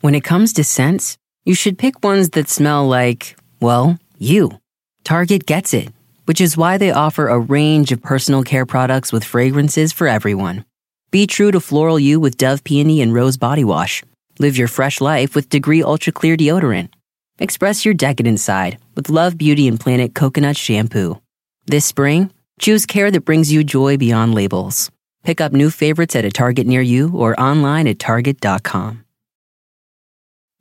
When it comes to scents, you should pick ones that smell like, well, you. Target gets it, which is why they offer a range of personal care products with fragrances for everyone. Be true to floral you with Dove Peony and Rose Body Wash. Live your fresh life with Degree Ultra Clear Deodorant. Express your decadent side with Love Beauty and Planet Coconut Shampoo. This spring, choose care that brings you joy beyond labels. Pick up new favorites at a Target near you or online at Target.com.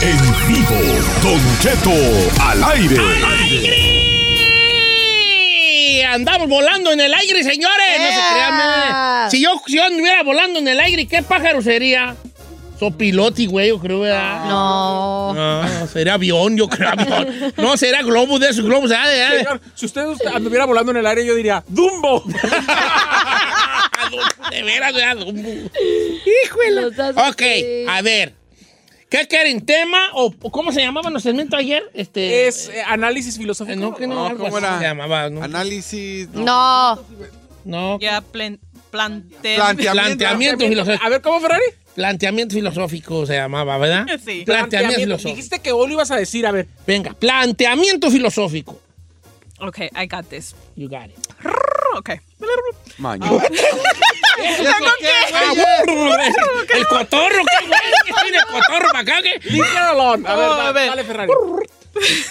En vivo, Don Cheto, al aire. Andamos volando en el aire, señores. No se crean, eh. Si yo, si yo anduviera volando en el aire, ¿qué pájaro sería? Sopiloti, güey, yo creo, ¿verdad? No. Ah, sería avión, yo creo avión. No, será globo de esos globos. ah, de- ah, de- Señor, si usted estuviera volando en el aire, yo diría, ¡Dumbo! De veras, de veras, un- Híjole. No seas Ok, así. a ver. ¿Qué quieren? ¿Tema? ¿O o cómo se llamaba nuestro segmento ayer? Este. ¿Es eh, análisis filosófico? eh, No, que no, no, algo ¿cómo así era? se llamaba, ¿no? Análisis. No. No, Ya plan, planté. Planteamiento. Planteamiento filosófico. A ver, ¿cómo, Ferrari? Planteamiento filosófico se llamaba, ¿verdad? Sí. Planteamiento filosófico. Dijiste que hoy lo ibas a decir, a ver. Venga, planteamiento filosófico. Okay, I got this. Ah, You got it. Okay. Maño. El cotorro, qué güey. ¿Qué tiene el cotorro para acá? qué? Leave her alone. A ver, Oh, va- a ver. dale, Ferrari.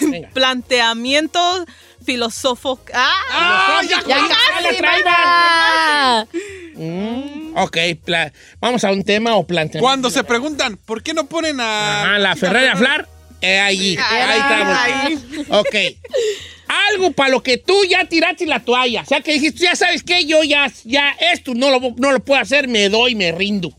Venga. Planteamiento filosófico. Ah, Ah, ya, Ya ya la casi, traiba. va. Mm. Ok, pla- vamos a un tema o planteamiento. Cuando se preguntan, ¿por qué no ponen a. Ah, la Ferrari a hablar. Eh, allí. Ahí está. Ok. Algo para lo que tú ya tiraste la toalla. O sea, que dijiste, ya sabes que yo ya, ya esto no lo, no lo puedo hacer, me doy, me rindo.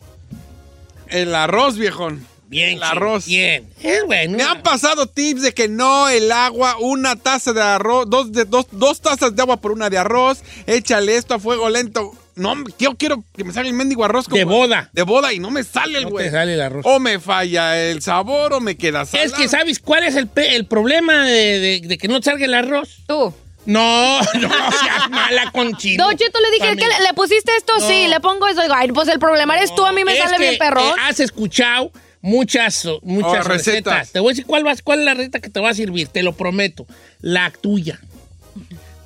El arroz, viejón. Bien. El chico, arroz. Bien. Es bueno. Me han pasado tips de que no el agua, una taza de arroz, dos, de, dos, dos tazas de agua por una de arroz, échale esto a fuego lento. No, hombre, yo quiero que me salga el mendigo arroz. De boda. De boda y no me sale el No güey. te sale el arroz. O me falla eh. el sabor o me queda salado. Es que, ¿sabes cuál es el, pe- el problema de, de- de que no te salga el arroz? Tú. No, no seas mala con chino. Don Cheto, le dije, Para que mí. le, le pusiste esto? Sí, le pongo eso. Digo, ay, pues el problema eres tú, a mí me Es sale que, bien perro. eh, has escuchado muchas, oh, muchas Oh, recetas. recetas. Te voy a decir cuál, vas, cuál es la receta que te va a servir, te lo prometo. La tuya.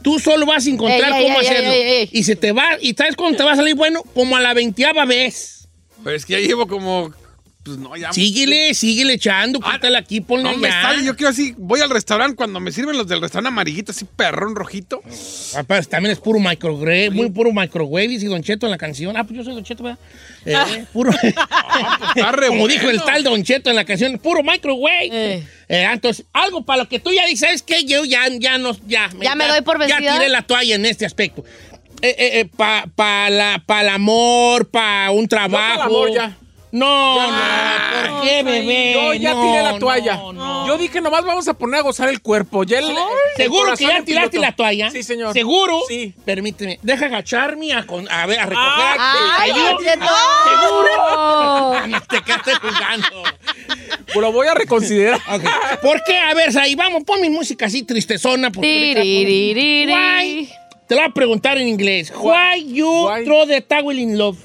Tú solo vas a encontrar Ey, ey, cómo ey, hacerlo. ey, ey, ey. Y se te va, y sabes cuándo te va a salir bueno, como a la veinteava vez. Pero es que ya llevo como. Pues no, ya. Síguele, síguele echando, Ah, quítala aquí, ponle No me allá. sale, yo quiero así, voy al restaurante cuando me sirven los del restaurante amarillito, así perrón rojito. Ah, pero también es puro microwave, muy puro microwave, y Don Cheto en la canción. Ah, pues yo soy Don Cheto, ¿verdad? Eh, Ah. puro. Ah, pues Está re Como dijo el bueno. tal Don Cheto en la canción, puro microwave. Eh. Eh, entonces, algo para lo que tú ya dices, es que yo ya, ya no, ya, ¿Ya me doy por Ya vencida? tiré la toalla en este aspecto. para la, pa el amor, para un trabajo. pa'l amor, ya. No, Ya. no, ¿por qué, bebé? Yo ya No, tiré la toalla. no, no. Yo dije, nomás vamos a poner a gozar el cuerpo. Ya el- el ¿Seguro que corazón ya del tiraste piloto. la toalla? Sí, señor. ¿Seguro? Sí. Permíteme. Deja agacharme a, con- a ver, a recoger. Ah, Ay, ay, yo- Don Cheto. ¿Seguro? No te quedaste jugando. Pues Lo voy a reconsiderar. Ok. ¿Por qué? A ver, ahí vamos, pon mi música así tristezona. Porque ahorita Tiriririri. Why? Te lo voy a preguntar en inglés. Why you Why? throw the towel in love?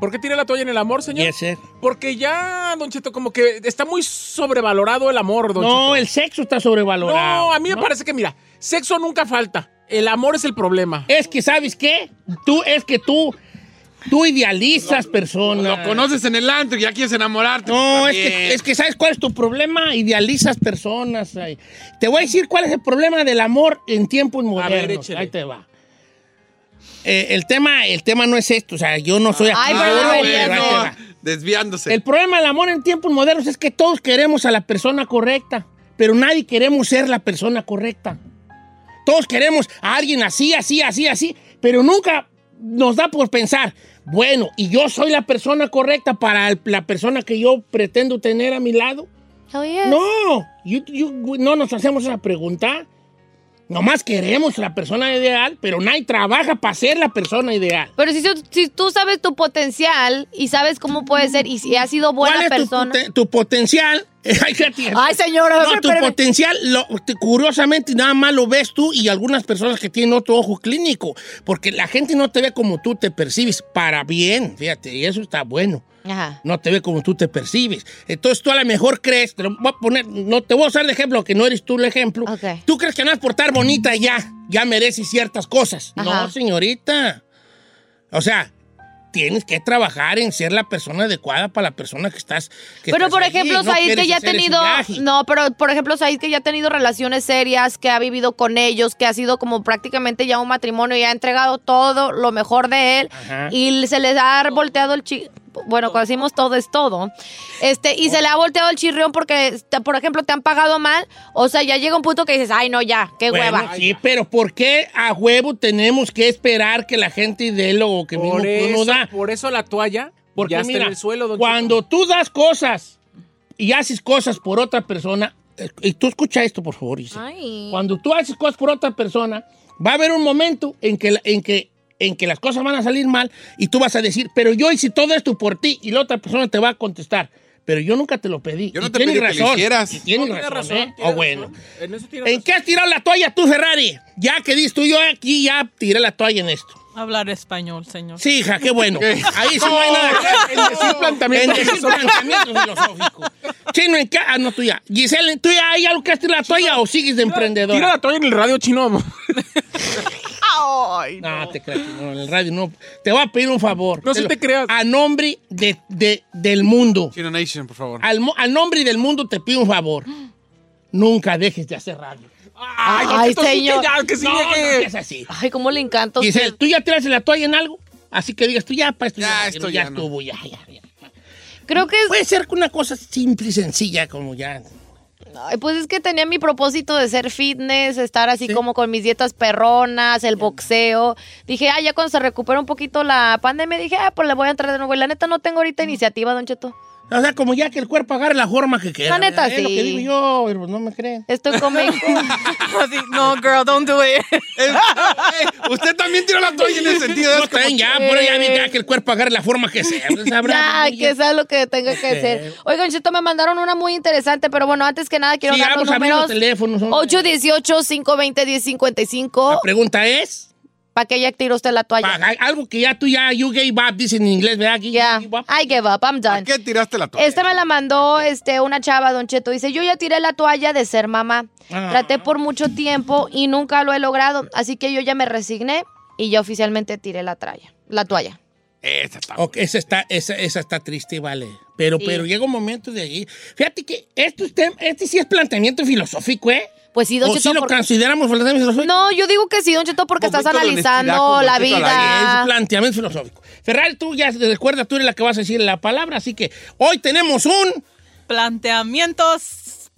¿Por qué tiré la toalla en el amor, señor? Yes, sir. Porque ya, Don Cheto, como que está muy sobrevalorado el amor, Don No, Cheto. el sexo está sobrevalorado. No, a mí me ¿no? parece que, mira, sexo nunca falta. El amor es el problema. Es que, ¿sabes qué? Tú, es que tú, tú idealizas personas. Lo conoces en el antro y ya quieres enamorarte. pues, No, es También. que, es que ¿sabes cuál es tu problema? Idealizas personas. ay. Te voy a decir cuál es el problema del amor en tiempos modernos. échale. Ahí te va. Eh, el, tema, el tema no es esto. O sea, yo no soy... Ay, actor, pero Ah, no pero ahí verías, te bueno, va. desviándose. El problema del amor en tiempos modernos es que todos queremos a la persona correcta, pero nadie queremos ser la persona correcta. Todos queremos a alguien así, así, así, así, pero nunca nos da por pensar, Bueno, ¿y yo soy la persona correcta para el- la persona que yo pretendo tener a mi lado? Oh, yes. No, you- you- no nos hacemos esa pregunta. Nomás queremos la persona ideal, pero nadie trabaja para ser la persona ideal. Pero si, tú- si tú sabes tu potencial y sabes cómo puede ser y si has sido buena ¿Cuál es tu, persona. poten- tu potencial? Ay, ya tienes. Ay, señora, no, tu espérame. potencial, lo- te- curiosamente, nada más lo ves tú y algunas personas que tienen otro ojo clínico, porque la gente no te ve como tú te percibes, para bien, fíjate, y eso está bueno. Ajá. No te ve como tú te percibes. Entonces tú a lo mejor crees, te lo voy a poner, no te voy a usar de ejemplo, que no eres tú el ejemplo. Ok. Tú crees que nada más por estar bonita ya, ya mereces ciertas cosas. Ajá. No, señorita. O sea, tienes que trabajar en ser la persona adecuada para la persona que estás. que Pero estás por ahí. No ejemplo, Said que quieres ya ha hacer ese tenido. viaje. No, pero por ejemplo, Said que ya ha tenido relaciones serias, que ha vivido con ellos, que ha sido como prácticamente ya un matrimonio y ha entregado todo lo mejor de él Ajá. y se les ha volteado el chi. Bueno, cuando decimos todo es todo. Este, y se le ha volteado el chirrión porque, te- por ejemplo, te han pagado mal. O sea, ya llega un punto que dices, ay, no, ya, qué Bueno, hueva. Sí, pero ¿por qué a huevo tenemos que esperar que la gente dé lo que mismo Por tú no eso, da? por eso la toalla Porque ya está mira, en el suelo. don cuando tú das cosas y haces cosas por otra persona, eh, y tú escucha esto, por favor, Isa. Ay. Cuando tú haces cosas por otra persona, va a haber un momento en que, la- en que, en que las cosas van a salir mal y tú vas a decir, pero yo hice todo esto por ti y la otra persona te va a contestar. Pero yo nunca te lo pedí. Yo Y no te tienes pedí que lo razón, hicieras. y Chico. Tienes No, tiene razón. razón, ¿eh? tiene O bueno. razón. En eso tiene ¿En razón. qué has tirado la toalla tú, Ferrari? Ya que dices tú, yo aquí ya tiré la toalla en esto. Hablar español, señor. Sí, hija, qué bueno. Ahí sí no hay nada. En decir planteamiento En decir planteamiento filosófico. Chino, ¿en qué? Ah, no, tú ya. Giselle, ¿tú ya hay algo que has tirado la toalla o sigues de Tira emprendedora? la toalla en el radio chino. amor. Ay, No, te creas, no, en el radio no. Te voy a pedir un favor. No, sí lo- te creas. A nombre de, de- del mundo. Chino Nation, por favor. Al, mo- al nombre del mundo te pido un favor. Nunca dejes de hacer radio. Ay, don Ay, Cheto, sí, señor. que ya, que sí, No, no que- seas así. Ay, cómo le encanta a Giselle, usted. ¿tú ya tiraste la toalla en algo? Así que digas, tú ya para esto Ya, ya, esto ya ya no. estuvo, ya, ya, ya. Creo que es Puede ser una cosa simple y sencilla como ya. Ay, pues es que tenía mi propósito de ser fitness, estar así como con mis dietas perronas, el boxeo. Dije, ah, ya cuando se recupera un poquito la pandemia, dije, ah, pues le voy a entrar de nuevo. Y la neta no tengo ahorita iniciativa, Don Cheto. O sea, como ya que el cuerpo agarre la forma que quiera. La neta, Es lo sí. que digo yo, pero no me creen. Estoy comiendo. Así, no, girl, don't do it. Eh, eh, usted también tiró la toalla en el sentido de No creen ya, pero ya, ya que el cuerpo agarre la forma que sea. pues, sabrá, ya, ¿no? que sea lo que tenga que hacer. Oigan, Cheto, me mandaron una muy interesante, pero bueno, antes que nada quiero Sí, dar los vamos a abrir los números. teléfonos. hombre. 818-520-1055 La pregunta es, para que ella tire usted la toalla. paga- algo que ya tú ya, you gave up, dice en inglés, ¿verdad? You Ya, gave up. I give up, I'm ¿A done. qué tiraste la toalla? Esta me la mandó este, una chava, Don Cheto. Dice, yo ya tiré la toalla de ser mamá. Ah. Traté por mucho tiempo y nunca lo he logrado. Así que yo ya me resigné y ya oficialmente tiré la toalla. La toalla. Esa está Ok, esa está, esa, esa está triste, vale. Pero, Sí. pero llega un momento de allí. Fíjate que esto es tem- este sí es planteamiento filosófico, ¿eh? Pues sí, Don o Cheto. si lo porque- consideramos planteamiento filosófico. No, yo digo que sí, Don Cheto, porque Momento de estás analizando la honestidad con Don Cheto al Es vida. planteamiento filosófico. Ferrari, tú ya recuerda, tú eres la que vas a decir la palabra, así que hoy tenemos un Planteamientos.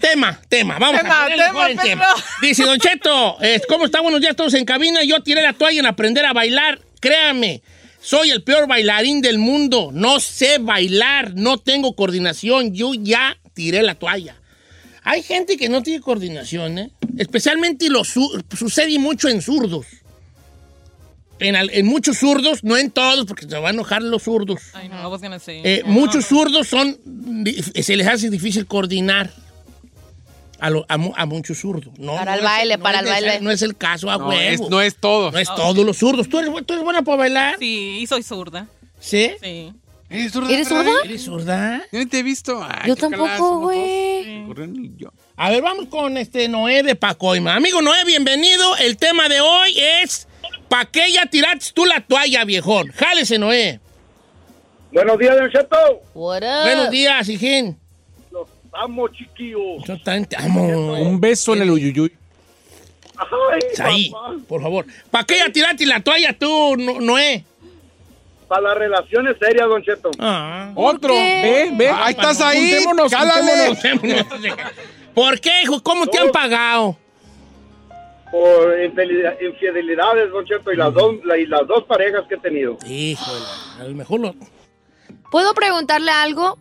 tema, tema. Vamos Tema, a ponerle tema, mejor el Pedro. tema. Dice Don Cheto, eh, ¿cómo está? Buenos días todos en cabina. Yo tiré la toalla en aprender a bailar. Créame, soy el peor bailarín del mundo. No sé bailar, no tengo coordinación. Yo ya tiré la toalla. Hay gente que no tiene coordinación, ¿eh? especialmente lo su- sucede mucho en zurdos. En, al- en muchos zurdos, no en todos, porque se van a enojar los zurdos. I know, I was gonna say. Eh, Muchos zurdos son. Se les hace difícil coordinar a, lo- a mu- a muchos zurdos. No, Para el no es- baile, no para es el baile. necesario- No es el caso, a No es, huevo. no es todo. No es todos los zurdos. ¿Tú eres, bu- tú eres buena para bailar? Sí, y soy zurda. ¿Sí? Sí. ¿Eres zurda? ¿Eres Ferrari? zurda? ¿Eres zurda? Yo ni te he visto. Ay, ¿Ah? Yo qué calada, tampoco, somos dos. güey. Me ocurrió ni yo. A ver, vamos con este Noé de Pacoima. Amigo Noé, bienvenido. El tema de hoy es. ¿Pa' qué ya tiraste tú la toalla, viejón? Jálese, Noé. Buenos días, Don Cheto. What up? Buenos días, hijín. Los amo, chiquillos. Yo también te amo. Un beso en el uyuyuy. Ay, Ahí, papá. por favor. ¿Para qué ya tiraste la toalla tú, No- Noé? Para las relaciones serias, Don Cheto. Ah. Otro. Ve, ve. Ahí estás ahí. Juntémonos, Cálale. juntémonos. ¿Por qué, hijo? ¿Cómo te han pagado? por infelida- infidelidades, Don Cheto, y las dos, la- y las dos parejas que he tenido. Híjole, a lo mejor lo... ¿Puedo preguntarle algo?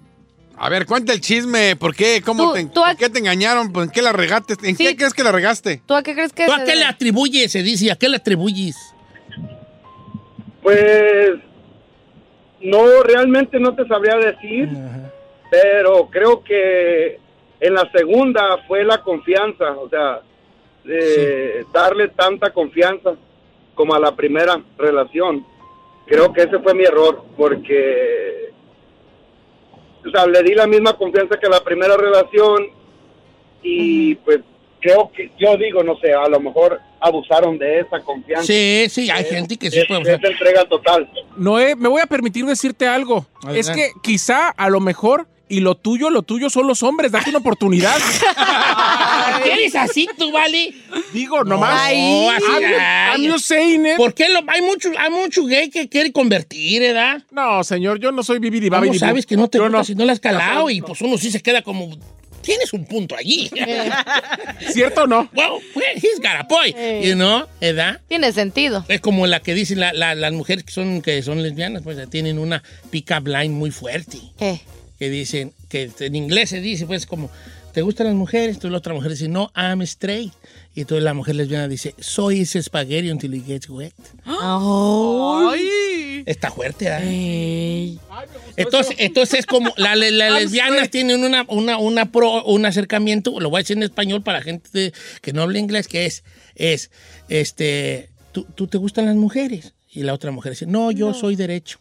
A ver, cuenta el chisme. ¿Por qué? ¿Cómo Tú- te, tú por has- qué te engañaron? ¿Por qué la regaste? ¿En Sí. qué crees que la regaste? ¿Tú a qué crees que ¿Tú a se qué le debe? atribuyes? Se dice, ¿a qué le atribuyes? Pues no, realmente no te sabría decir, pero creo que en la segunda fue la confianza, o sea, de darle tanta confianza como a la primera relación. Creo que ese fue mi error, porque, o sea, le di la misma confianza que a la primera relación y pues creo que, yo digo, no sé, a lo mejor abusaron de esa confianza. Sí, sí, hay gente que sí Es- puede es usar. entrega total. Noé, me voy a permitir decirte algo. Es que quizá a lo mejor y lo tuyo, lo tuyo son los hombres. Date una oportunidad. ¿Por qué eres así tú, Vale? Digo, nomás. Ay. I'm, I'm just saying it. ¿Por qué lo, hay, mucho, hay mucho gay que quiere convertir, ¿verdad? No, señor, yo no soy Bibi ¿Cómo sabes que no te Yo gusta no. si no la has calado? Y pues uno sí se queda como... Tienes un punto allí. ¿Cierto o no? wow, pues, he's got a point. You know, ¿verdad? Tiene sentido. Es como la que dicen la- la- las mujeres que son, que son lesbianas, pues tienen una pick-up line muy fuerte. ¿Qué? Que dicen, que en inglés se dice, pues como, ¿te gustan las mujeres? Entonces la otra mujer dice, no, I'm straight. Y entonces la mujer lesbiana dice, soy ese spaghetti until it gets wet. Ay. Está fuerte, ¿verdad? Entonces, entonces es como, las la, las lesbianas tienen una, una, una pro- un acercamiento, lo voy a decir en español para gente de- que no habla inglés, que es, es, este, ¿tú, tú te gustan las mujeres? Y la otra mujer dice, no, yo soy derecho.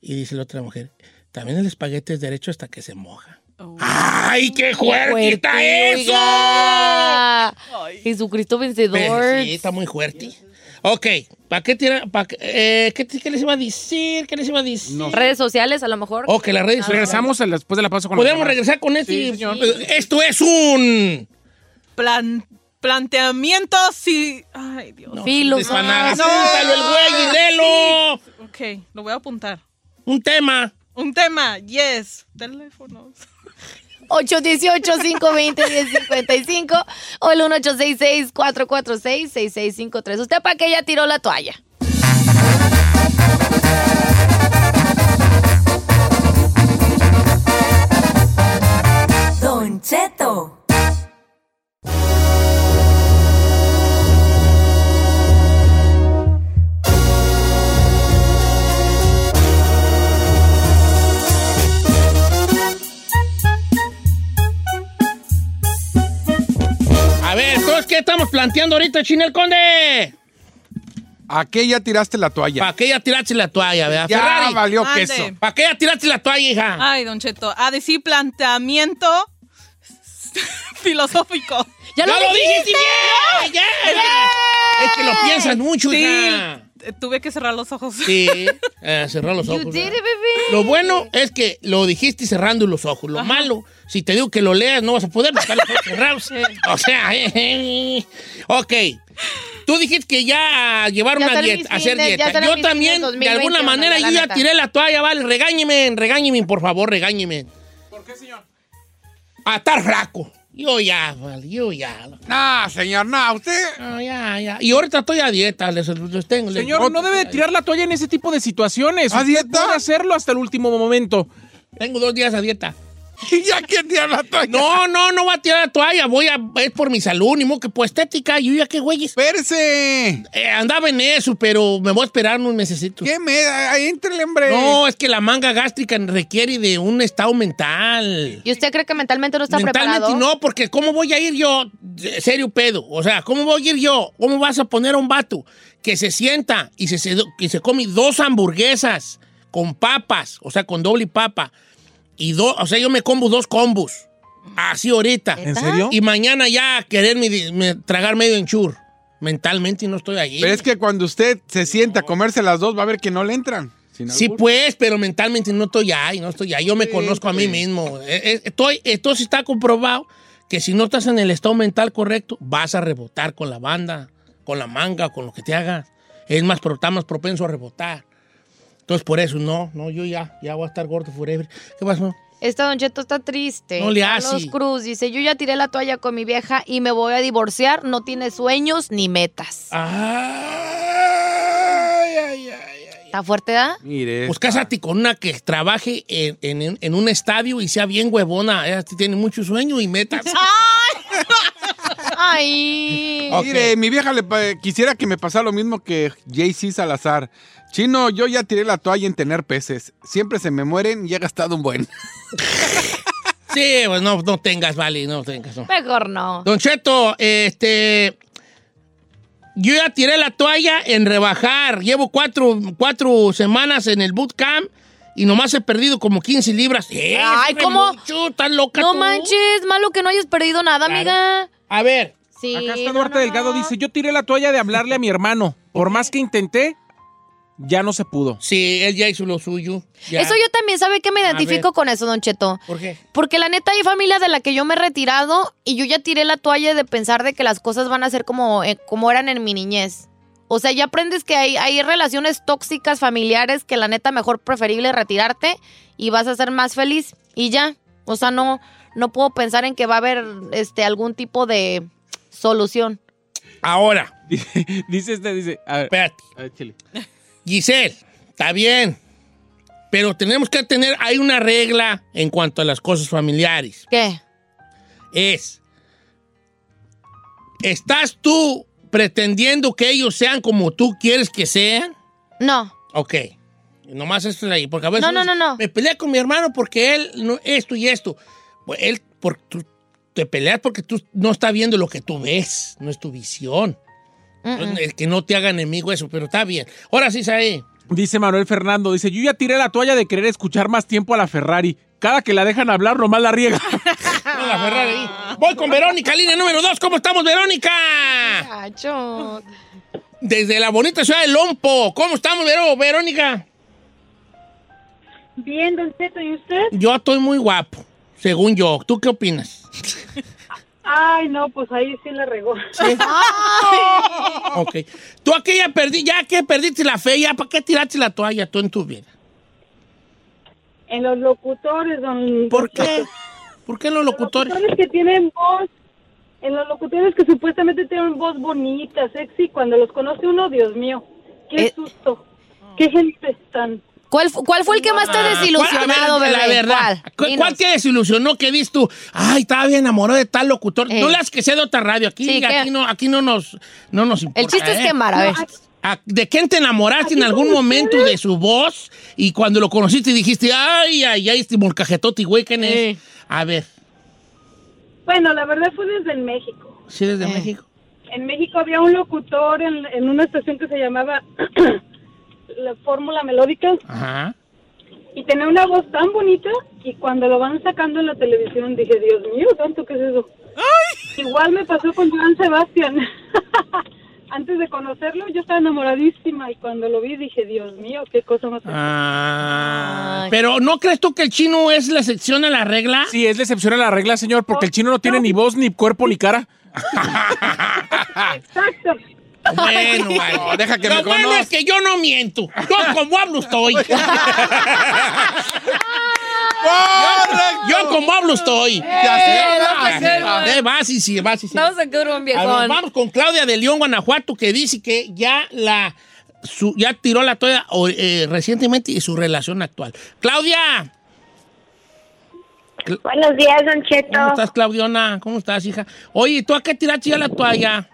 Y dice la otra mujer, también el espaguete es derecho hasta que se moja. ¡Ay, Oh. qué fuerte, está eso! Oiga. Jesucristo vencedor. Pero sí, está muy fuerte. Ok, ¿para qué tira- pa' qué- eh, ¿qué, qué les iba a decir? ¿Qué les iba a decir? Redes sociales, a lo mejor. Ah, Ok, las redes sociales. Regresamos al- después de la pausa con Podemos la regresar con este. Sí, señor. Esto es un. Plan- planteamientos sí. Ay, Dios. Filo. Hispana- Ah, no. Apúntalo el güey y léelo. Ok, lo voy a apuntar. Un tema. Un tema, yes. Teléfonos. 818-520-1055 o el 1866-446-6653. ¿Usted para qué ya tiró la toalla? Don Cheto. A ver, entonces, ¿qué estamos planteando ahorita, Chinel Conde? ¿A qué ya tiraste la toalla? ¿Para qué ya tiraste la toalla, verdad? ya Ferrari. valió Mande. queso. ¿Para qué ya tiraste la toalla, Ah. hija? Ay, Don Cheto. A decir planteamiento filosófico. ¡Ya lo, ¡Ya lo dijiste! dijiste bien! ¡Ya! Es que- Es que lo piensan mucho, Sí, hija. eh, tuve que cerrar los ojos. Sí. Eh, cerrar los ojos. You did ¿verdad? it, baby. Lo bueno es que lo dijiste cerrando los ojos. Lo malo, si te digo que lo leas, no vas a poder porque los ojos cerrados. O sea, ok. Tú dijiste que ya a llevar Ya una serán mis dieta, hacer fines, ya dieta. serán mis Yo fines también, de 2021, alguna manera, la yo ya neta. tiré la toalla, vale. Regáñeme, regáñeme, por favor, regáñeme. ¿Por qué, señor? A estar flaco. Yo ya, vale, yo ya. No, señor, no, usted. No, ya, ya. Y ahorita estoy a dieta, les, los tengo. les- Señor, no debe de tirar la toalla en ese tipo de situaciones. ¿Ah, Usted dieta? puede hacerlo hasta el último momento. Tengo dos días a dieta. ¿Ya quién tira la toalla? No, no, no va a tirar la toalla. Voy a. Es por mi salud, ni modo que por estética. Yo ya qué güeyes. Espérese. Eh, andaba en eso, pero me voy a esperar unos necesito. ¿Qué me? Ahí entrele, hombre. No, es que la manga gástrica requiere de un estado mental. ¿Y usted cree que mentalmente no está Mentalmente preparado? no, porque ¿cómo voy a ir yo? De- Serio pedo. O sea, ¿cómo voy a ir yo? ¿Cómo vas a poner a un vato que se sienta y se, se, que se come dos hamburguesas con papas, o sea, con doble papa, y dos, o sea, yo me combo dos combos, así ahorita. ¿En serio? Y mañana ya quererme di- me- tragar medio enchur. Mentalmente y no estoy allí. Pero es que cuando usted se sienta a comerse las dos, va a ver que no le entran. Sin Sí, albur. pues, pero mentalmente no estoy ahí, no estoy ahí. Yo me conozco a pues. mí mismo. Eh, eh, Estoy, esto sí está comprobado que si no estás en el estado mental correcto, vas a rebotar con la banda, con la manga, con lo que te hagas. Es más, pro- está más propenso a rebotar. Entonces, por eso, no, no, yo ya, ya voy a estar gordo forever. ¿Qué pasó? Esta Este Don Cheto está triste. No le Carlos hace. Cruz dice, yo ya tiré la toalla con mi vieja y me voy a divorciar. No tiene sueños ni metas. Ay, ay, ay, ay. ¿Está fuerte, ah? da? Mire. Pues cásate con una que trabaje en, en- en un estadio y sea bien huevona. Ella sí tiene mucho sueño y metas. Ay. Ok. Mire, mi vieja le pa- quisiera que me pasara lo mismo que JC Salazar. Chino, yo ya tiré la toalla en tener peces. Siempre se me mueren y he gastado un buen. Sí, pues no, no tengas, vale, no tengas. no. Mejor no. Don Cheto, este. Yo ya tiré la toalla en rebajar. Llevo cuatro, cuatro semanas en el bootcamp y nomás he perdido como 15 libras. Eh, Ay, sube ¿cómo? mucho, ¿Estás loca No tú? manches, malo que no hayas perdido nada, Claro. amiga. A ver, Sí. Acá está no, Duarte no, Delgado, no. dice, yo tiré la toalla de hablarle a mi hermano. Por más que intenté, ya no se pudo. sí, él ya hizo lo suyo. ya. Eso yo también, ¿sabe que me identifico con eso, Don Cheto? ¿Por qué? Porque la neta hay familia de la que yo me he retirado y yo ya tiré la toalla de pensar de que las cosas van a ser como, eh, como eran en mi niñez. O sea, ya aprendes que hay, hay relaciones tóxicas familiares que la neta mejor preferible retirarte y vas a ser más feliz y ya. O sea, no, no puedo pensar en que va a haber este algún tipo de solución. Ahora, dice este, dice, a ver, espérate. a ver, chile. Giselle, está bien. Pero tenemos que tener, hay una regla en cuanto a las cosas familiares. ¿Qué? es, ¿estás tú pretendiendo que ellos sean como tú quieres que sean? No. Ok. Nomás esto es ahí, porque a veces No, no, no, no. Pues me peleé con mi hermano porque él, no, esto y esto. Pues él, por, tú te peleas porque tú no estás viendo lo que tú ves, no es tu visión. Mm, mm. Es que no te haga enemigo eso, pero está bien. Ahora sí, Saí. Dice Manuel Fernando, dice, yo ya tiré la toalla de querer escuchar más tiempo a la Ferrari. Cada que la dejan hablar, nomás la riega. No, la Ferrari. Ah. Voy con Verónica, línea número dos. ¿Cómo estamos, Verónica? Muchachos. Desde la bonita ciudad de Lompo. ¿Cómo estamos, Vero? Verónica? Bien, Don Cheto, ¿y usted? Yo estoy muy guapo, según yo. ¿Tú qué opinas? Ay, no, pues ahí sí la regó. Ok. Tú aquella perdí, ya que perdiste la fe, ya para qué tiraste la toalla tú en tu vida. En los locutores, Don ¿Por qué? ¿Por qué los locutores? locutores? que tienen voz, en los locutores que supuestamente tienen voz bonita, sexy, cuando los conoce uno, Dios mío, qué Eh. susto, qué gente tan... ¿Cuál, fu- ¿Cuál fue el que más te Ah, desilusionado, ¿cuál? A ver, bebé? la verdad. ¿Cu- ¿Cuál, ¿Cuál? Dinos. te desilusionó que viste tú? Ay, estaba bien enamorado de tal locutor. Eh. No las que sé de otra radio. Aquí, Sí, aquí, ¿qué? no, aquí no nos, no nos importa. El chiste es ¿eh? quemar, a ver. ¿A- ¿De quién te enamoraste en Aquí algún con momento de su voz? Y cuando lo conociste dijiste, ay, ay, ay, este molcajetote, güey, ¿quién es? Eh. A ver, Bueno, la verdad fue desde el México. ¿sí eres de Eh. México? En México había un locutor en, en una estación que se llamaba la Fórmula Melódica Ajá. y tenía una voz tan bonita y cuando lo van sacando en la televisión dije, Dios mío, tanto que es eso. Igual me pasó con Joan Sebastián. Antes de conocerlo yo estaba enamoradísima y cuando lo vi dije, Dios mío, qué cosa más... Ah, Ay. pero ¿no crees tú que el chino es la excepción a la regla? Sí, es la excepción a la regla, señor, porque el chino no tiene ni voz, ni cuerpo, ni cara. Exacto. Bueno, vale. No, deja que Lo me bueno conozca. es que yo no miento. Yo como hablo estoy. yo como hablo estoy. no, pues, De vas y sí, vas y sí. Estamos en un A ver, viejón. vamos con Claudia de León, Guanajuato, que dice que ya la su- ya tiró la toalla o, eh, recientemente y su relación actual. Claudia, Buenos días, Don Cheto. ¿cómo estás, Claudiona? ¿Cómo estás, hija? Oye, ¿tú a qué tiraste ya la toalla?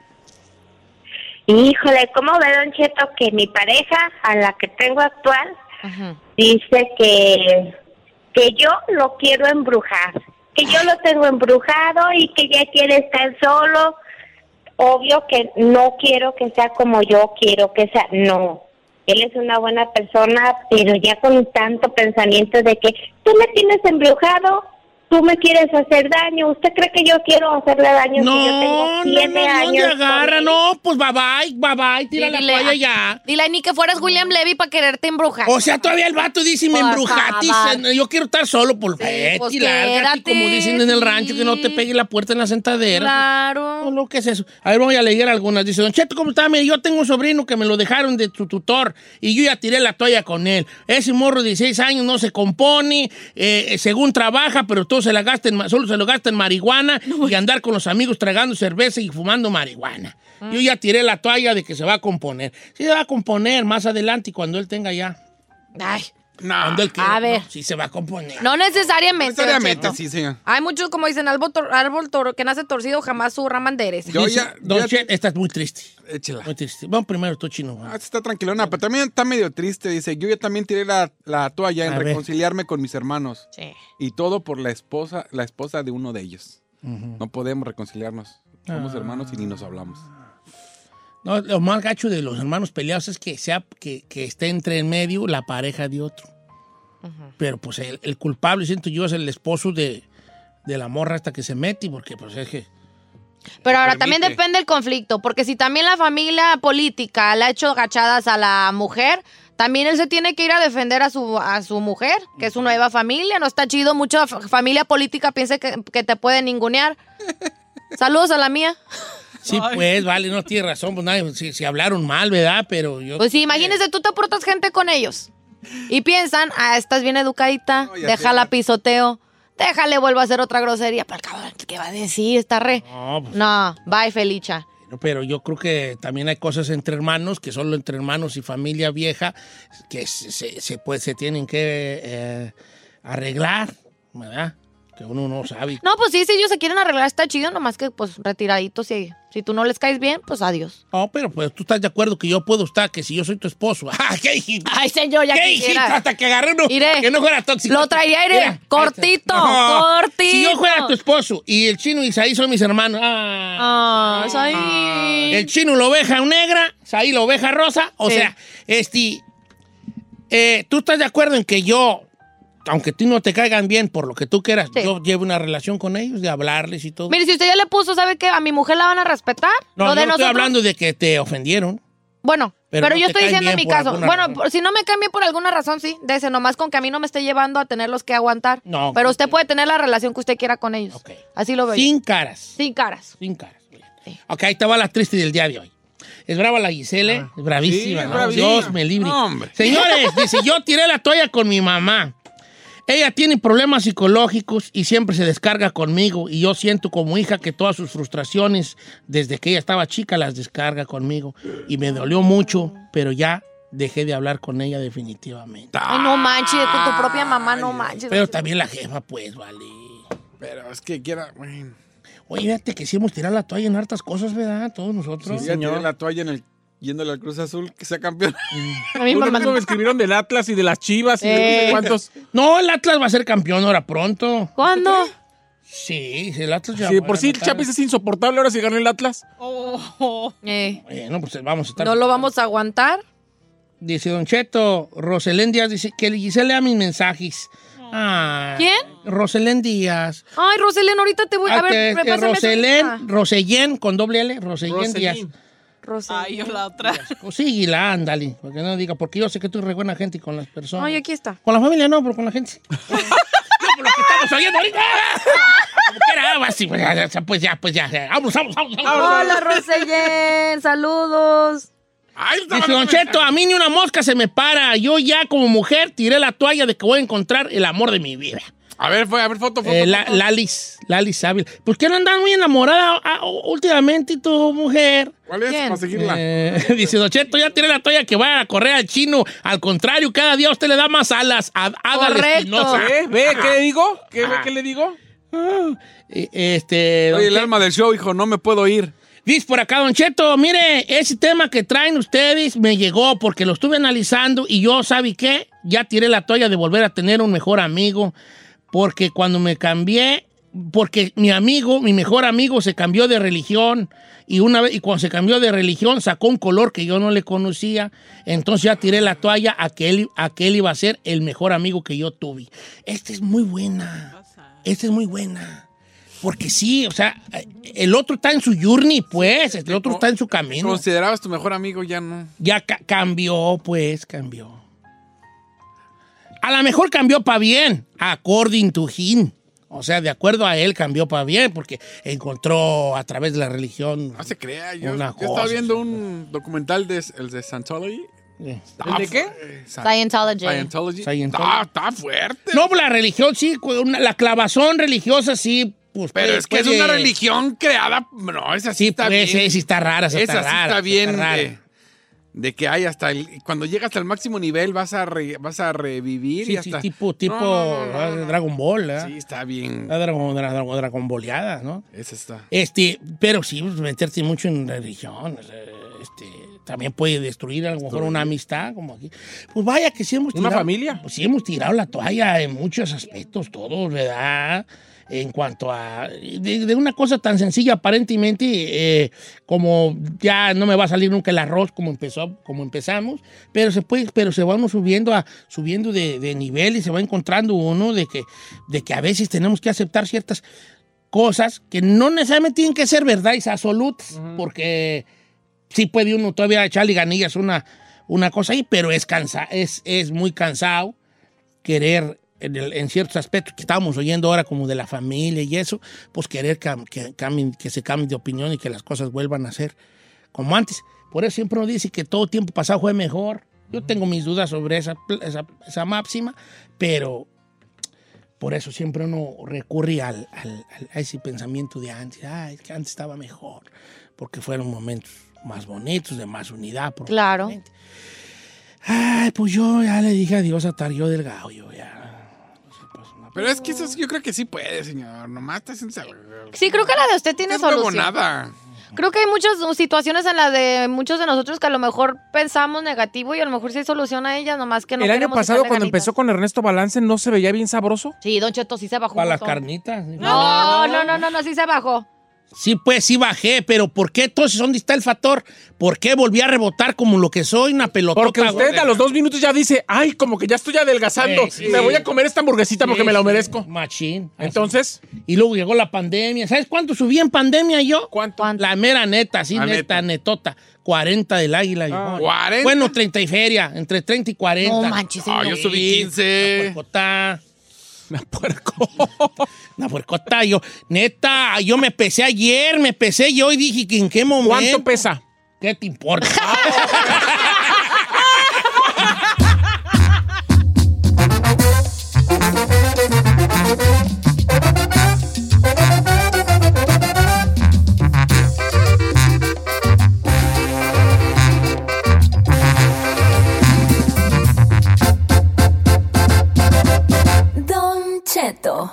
Híjole, ¿cómo ve Don Cheto que mi pareja, a la que tengo actual, Ajá. dice que, que yo lo quiero embrujar, que yo lo tengo embrujado y que ya quiere estar solo. Obvio que no quiero que sea como yo quiero que sea, no. Él es una buena persona, pero ya con tanto pensamiento de que tú me tienes embrujado, tú me quieres hacer daño. ¿Usted cree que yo quiero hacerle daño? si yo tengo No, no, no, siete no, te años agarra, con- no, pues bye bye, bye bye, tira la Dile, ah, toalla ya. Dile, ni que fueras William Levy para quererte embrujar. O sea, todavía el vato dice, me Por embrujatis, favor. eh, yo quiero estar solo, por pues y lárgate, quédate, como dicen en el rancho, que no te sí. pegue la puerta en la sentadera. Claro. lo que es eso. A ver, voy a leer algunas. Dice, Don Cheto, ¿cómo está? Mire, yo tengo un sobrino que me lo dejaron de su tutor y yo ya tiré la toalla con él. Ese morro de 16 años no se compone, eh, según trabaja, pero todo se la gasta en ma- solo se lo gasta en marihuana y andar con los amigos tragando cerveza y fumando marihuana. Yo ya tiré la toalla de que se va a componer. Sí se va a componer más adelante y cuando él tenga ya. Ay, Cuando él quiera, A ver. no, sí se va a componer. no necesariamente. don Seriamente, Cheto. sí, señor. Hay muchos, como dicen, árbol, tor- árbol tor- que nace torcido jamás su rama endereza. Yo Dice, ya- Don ya- Chet, esta es muy triste. Échela. Muy triste. Vamos primero tú, chino. Ah, sí está tranquilona, pero también está medio triste. Dice, yo ya también tiré la, la toalla en A ver. reconciliarme con mis hermanos. Sí. Y todo por la esposa, la esposa de uno de ellos. No podemos reconciliarnos. Ah. Somos hermanos y ni nos hablamos. No, lo más gacho de los hermanos peleados es que sea que, que esté entre en medio la pareja de otro. Pero pues el, el culpable, siento yo, es el esposo de, de la morra hasta que se mete, porque pues es que. Pero ahora Permite. también depende del conflicto, porque si también la familia política le ha hecho gachadas a la mujer, también él se tiene que ir a defender a su, a su mujer, que es su nueva familia. No está chido, mucha fa- familia política piensa que, que te puede ningunear. Saludos a la mía. Sí, pues, vale, no tiene razón, pues nadie, si, si hablaron mal, ¿verdad? Pero yo. Pues sí, imagínense, tú te portas gente con ellos. Y piensan, ah, estás bien educadita, ya déjala pisoteo, déjale vuelvo a hacer otra grosería. Pero cabrón, ¿qué va a decir? Está re. No, pues, No, bye, Felicha. pero yo creo que también hay cosas entre hermanos, que solo entre hermanos y familia vieja, que se, se, se, pues, se tienen que eh, arreglar, ¿verdad? Que uno no sabe. No, pues sí, si ellos se quieren arreglar, está chido, nomás que pues retiraditos y si tú no les caes bien, pues adiós. No, pero pues tú estás de acuerdo que yo puedo estar, que si yo soy tu esposo. ¡Ah, qué hijita! Ay, señor, ya ¿Qué hijita? quisiera. Hasta que agarré uno Iré. que no fuera tóxico. Lo traía, iré. Mira, este, Cortito, cortito. Si yo fuera tu esposo y el chino y Isaí son mis hermanos. Ah. Ah, soy- El chino la oveja negra, Isaí la oveja rosa. O Sí. sea, este... eh, ¿Tú estás de acuerdo en que yo, aunque tú no te caigan bien por lo que tú quieras, Sí. yo llevo una relación con ellos, de hablarles y todo? Mire, si usted ya le puso, ¿sabe qué? A mi mujer la van a respetar. no, Lo yo de no estoy nosotros- hablando de que te ofendieron. Bueno, Pero pero, no yo te estoy caen diciendo en bien mi por caso. alguna Bueno, razón. por- si no me cambia por alguna razón, sí, de ese, nomás con que a mí no me esté llevando a tenerlos que aguantar. No. Pero usted puede tener la relación que usted quiera con ellos. Ok. Así lo veo. Sin caras. Sin caras. Sin caras. muy bien. Ok, ahí estaba la triste del día de hoy. Es brava la Gisele, es bravísima. Ah, sí, es ¿no? bravísima. Dios me libre. No, hombre. Señores, dice, yo tiré la toalla con mi mamá. Ella tiene problemas psicológicos y siempre se descarga conmigo y yo siento como hija que todas sus frustraciones desde que ella estaba chica las descarga conmigo y me dolió mucho, pero ya dejé de hablar con ella definitivamente. Ay, Ah. no manches, con tu propia mamá, no manches. Pero también la jefa, pues, vale. Pero es que quiera... Bueno, Oye, fíjate que sí hemos tirado la toalla en hartas cosas, ¿verdad? Todos nosotros. ya tiré la toalla en el, yéndole al Cruz Azul, que sea campeón. Mm. A mí Uno mamá- mismo me escribieron del Atlas y de las Chivas y de no sé Eh. cuántos. No, el Atlas va a ser campeón ahora pronto. ¿Cuándo? Sí, el Atlas ya. Si de por sí el bueno, está- Chapis es insoportable, ahora si gana el Atlas. Oh, oh. Eh, Bueno, pues vamos a estar. no lo vamos a aguantar. Dice Don Cheto, Roselén Díaz dice que Giselle lea mis mensajes. Ay, ¿Quién? Roselén Díaz. Ay, Roselén, ahorita te voy a Ah, que- ver. Ah. que pásame esa lista. Roselén, Rosellén, con doble L, Rosellén Díaz. Roselín. Roselén. Ay, yo la otra. Oh, Síguila, ándale, porque no diga, porque yo sé que tú eres re buena gente con las personas. Ay, aquí está. Con la familia no, pero con la gente. sí. No, por lo que estamos oyendo ahorita. Como quiera, va así, pues ya, pues ya, pues ya. Vamos, vamos, vamos. vamos. Hola, Roselén, saludos. Ay, estaba Dice Don Cheto, a mí ni una mosca se me para. Yo ya como mujer tiré la toalla de que voy a encontrar el amor de mi vida. A ver, fue, a ver, foto, foto. Eh, la, foto. Lalis, Lalis Ávila. ¿Por qué no andan muy enamorada ah, últimamente tu mujer? ¿Cuál es? ¿Quién? Para seguirla. Eh, dice Don Cheto, ya tiré la toalla que vaya a correr al chino. Al contrario, cada día usted le da más alas a Adal Correcto. Espinosa. ¿Eh? ¿Qué? ¿Ve? ¿Qué le digo? ¿Qué, ve? ¿Qué le digo? Ah, eh, Este, don Oye, el Che- alma del show, hijo, no me puedo ir. Dice por acá, Don Cheto, mire, ese tema que traen ustedes me llegó porque lo estuve analizando y yo, ¿sabe qué? Ya tiré la toalla de volver a tener un mejor amigo porque cuando me cambié porque mi amigo, mi mejor amigo, se cambió de religión y una vez y cuando se cambió de religión sacó un color que yo no le conocía, entonces ya tiré la toalla a que él, a que él iba a ser el mejor amigo que yo tuve. Esta es muy buena, esta es muy buena. Porque sí, o sea, el otro está en su journey, pues, el otro está en su camino. Considerabas tu mejor amigo, ya no. Ya ca- cambió, pues, cambió. A lo mejor cambió para bien, according to him. O sea, de acuerdo a él cambió para bien, porque encontró a través de la religión. No se crea, yo, Una yo estaba cosa, viendo un documental de, el de Scientology. ¿El de qué? Scientology. Scientology. Scientology. Está, está fuerte. No, pues, la religión sí, cu- una- la clavazón religiosa sí, pues. Pero puede- es que es puede- una religión creada. No, esa sí, Sí, está pues, bien. eh, sí está rara, esa está sí rara, está está bien rara. De, de que hay hasta el- cuando llegas al máximo nivel vas a re- vas a revivir y Sí, sí, hasta tipo, tipo no, no, no, ah, no, no. Dragon Ball, ¿eh? Sí, está bien. La Dragon, dra- dra- Dragon Boleada, ¿no? Esa está. Este, pero sí, pues, meterte mucho en religión, o sea, este, también puede destruir a lo mejor una amistad, como aquí. Pues vaya que sí hemos ¿Una tirado. familia? Pues sí hemos tirado la toalla en muchos aspectos, todos, ¿verdad? En cuanto a. De, de una cosa tan sencilla, aparentemente, eh, como ya no me va a salir nunca el arroz como empezó, como empezamos, pero se puede, pero se va uno subiendo a, subiendo de, de nivel y se va encontrando uno de que, de que a veces tenemos que aceptar ciertas cosas que no necesariamente tienen que ser verdades absolutas, porque sí puede uno todavía echarle ganillas una, una cosa ahí, pero es, cansa, es, es muy cansado querer, en, el- en ciertos aspectos que estábamos oyendo ahora como de la familia y eso, pues querer cam- que, cambien- que se cambie de opinión y que las cosas vuelvan a ser como antes. Por eso siempre uno dice que todo tiempo pasado fue mejor. Yo tengo mis dudas sobre esa, pl- esa, esa máxima, pero por eso siempre uno recurre al, al- al- a ese pensamiento de antes. Ah, es que antes estaba mejor, porque fueron momentos más bonitos, de más unidad. por- Claro. Ay, pues yo ya le dije adiós a Tario Delgado, yo eh. ya. Pero es que eso es- yo creo que sí puede, señor. Nomás está sin saber. Sí, creo que la de usted tiene Es solución. huevonada. Creo que hay muchas situaciones en las de muchos de nosotros que a lo mejor pensamos negativo y a lo mejor sí hay solución a ellas, nomás que no el año queremos pasado, echarle cuando ganitas. empezó con Ernesto Balance, ¿no se veía bien sabroso? Sí, Don Cheto sí se bajó. un Para las montón. carnitas. No, no, no, no, no, sí se bajó. Sí, pues sí bajé, pero ¿por qué entonces dónde está el factor? ¿Por qué volví a rebotar como lo que soy, una pelota? Porque usted a los dos minutos ya dice, ay, como que ya estoy adelgazando, Sí, sí. me voy a comer esta hamburguesita porque me la merezco. Machín. Entonces, Y luego llegó la pandemia. ¿Sabes cuánto subí en pandemia yo? ¿Cuánto? La mera neta, sí, La neta, netota. 40 del águila. yo. Ah, ¿cuarenta? Bueno, 30 y feria, entre 30 y 40. No manches, Ah, yo señor. subí Sí, 15. La puercota. La puerco. La puercota. Yo, neta, yo me pesé ayer, me pesé yo y dije que en qué momento. ¿cuánto pesa? ¿Qué te importa? Don Cheto.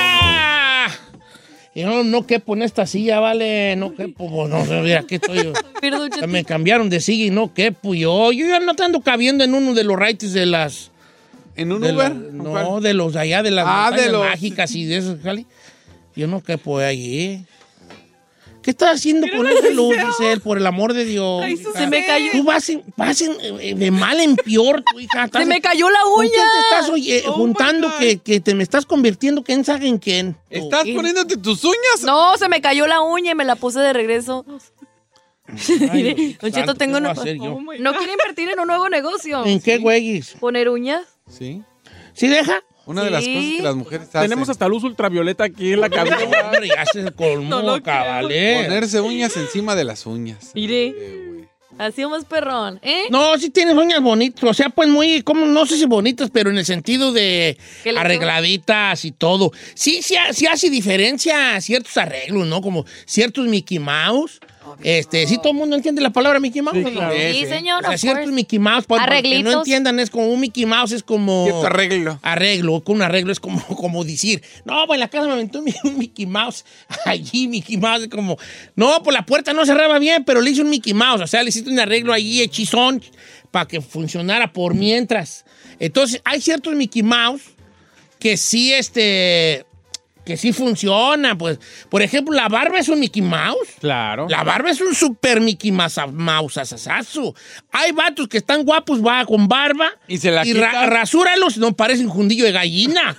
Yo no quepo en esta silla, ¿vale? No quepo, pues, no sé, mira, aquí estoy yo. Me cambiaron de silla y no quepo yo. Yo ya no te ando cabiendo en uno de los raites de las... ¿En un de Uber? la- no, de los de allá, de las Ah, montañas de los- mágicas y de esos, Jali. Yo no quepo allí. ¿Qué estás haciendo con esa luz, Giselle? Por el amor de Dios. hija. se me cayó. Tú vas, en- vas en- eh, de mal en peor, tu hija. Estás- Se me cayó la ¿Con quién uña. te estás oye, Oh my juntando God. que, que te me estás convirtiendo? ¿Quién sabe en quién? ¿Estás poniéndote tus uñas? No, se me cayó la uña y me la puse de regreso. Mire, Don Cheto, santo, tengo ¿qué voy a una... hacer yo? Oh No quiere invertir en un nuevo negocio. ¿En qué güeyes? ¿Poner uñas? Sí. ¿Sí deja? Una de las Sí. cosas que las mujeres hacen. Tenemos hasta luz ultravioleta aquí en la cabina. Hombre, ya se colmó, cabalé. Ponerse uñas encima de las uñas. Mire. Así más perrón, ¿eh? No, sí tienes uñas bonitas, o sea, pues muy, como, no sé si bonitas, pero en el sentido de Que le- arregladitas y todo. Sí, sí, ha- sí hace diferencia ciertos arreglos, ¿no? Como ciertos Mickey Mouse. Este, sí, todo el mundo entiende la palabra Mickey Mouse. Sí, ¿o no? claro. Sí, señor, O sea, of ciertos course. Mickey Mouse, para para que no Arreglitos. entiendan, es como un Mickey Mouse, es como... Cierto arreglo. Arreglo, con un arreglo es como, como decir, no, pues en la casa me aventó mi- un Mickey Mouse, allí Mickey Mouse, es como, no, pues la puerta no cerraba bien, pero le hice un Mickey Mouse, o sea, le hiciste un arreglo ahí hechizón para que funcionara por mientras. Entonces, hay ciertos Mickey Mouse que sí, este, que sí funciona, pues, por ejemplo, la barba es un Mickey Mouse. Claro. La barba es un super Mickey Masa- Mouse asasazo. Hay vatos que están guapos va con barba. Y se la ra- quitan. rasúralos, no parecen jundillo de gallina.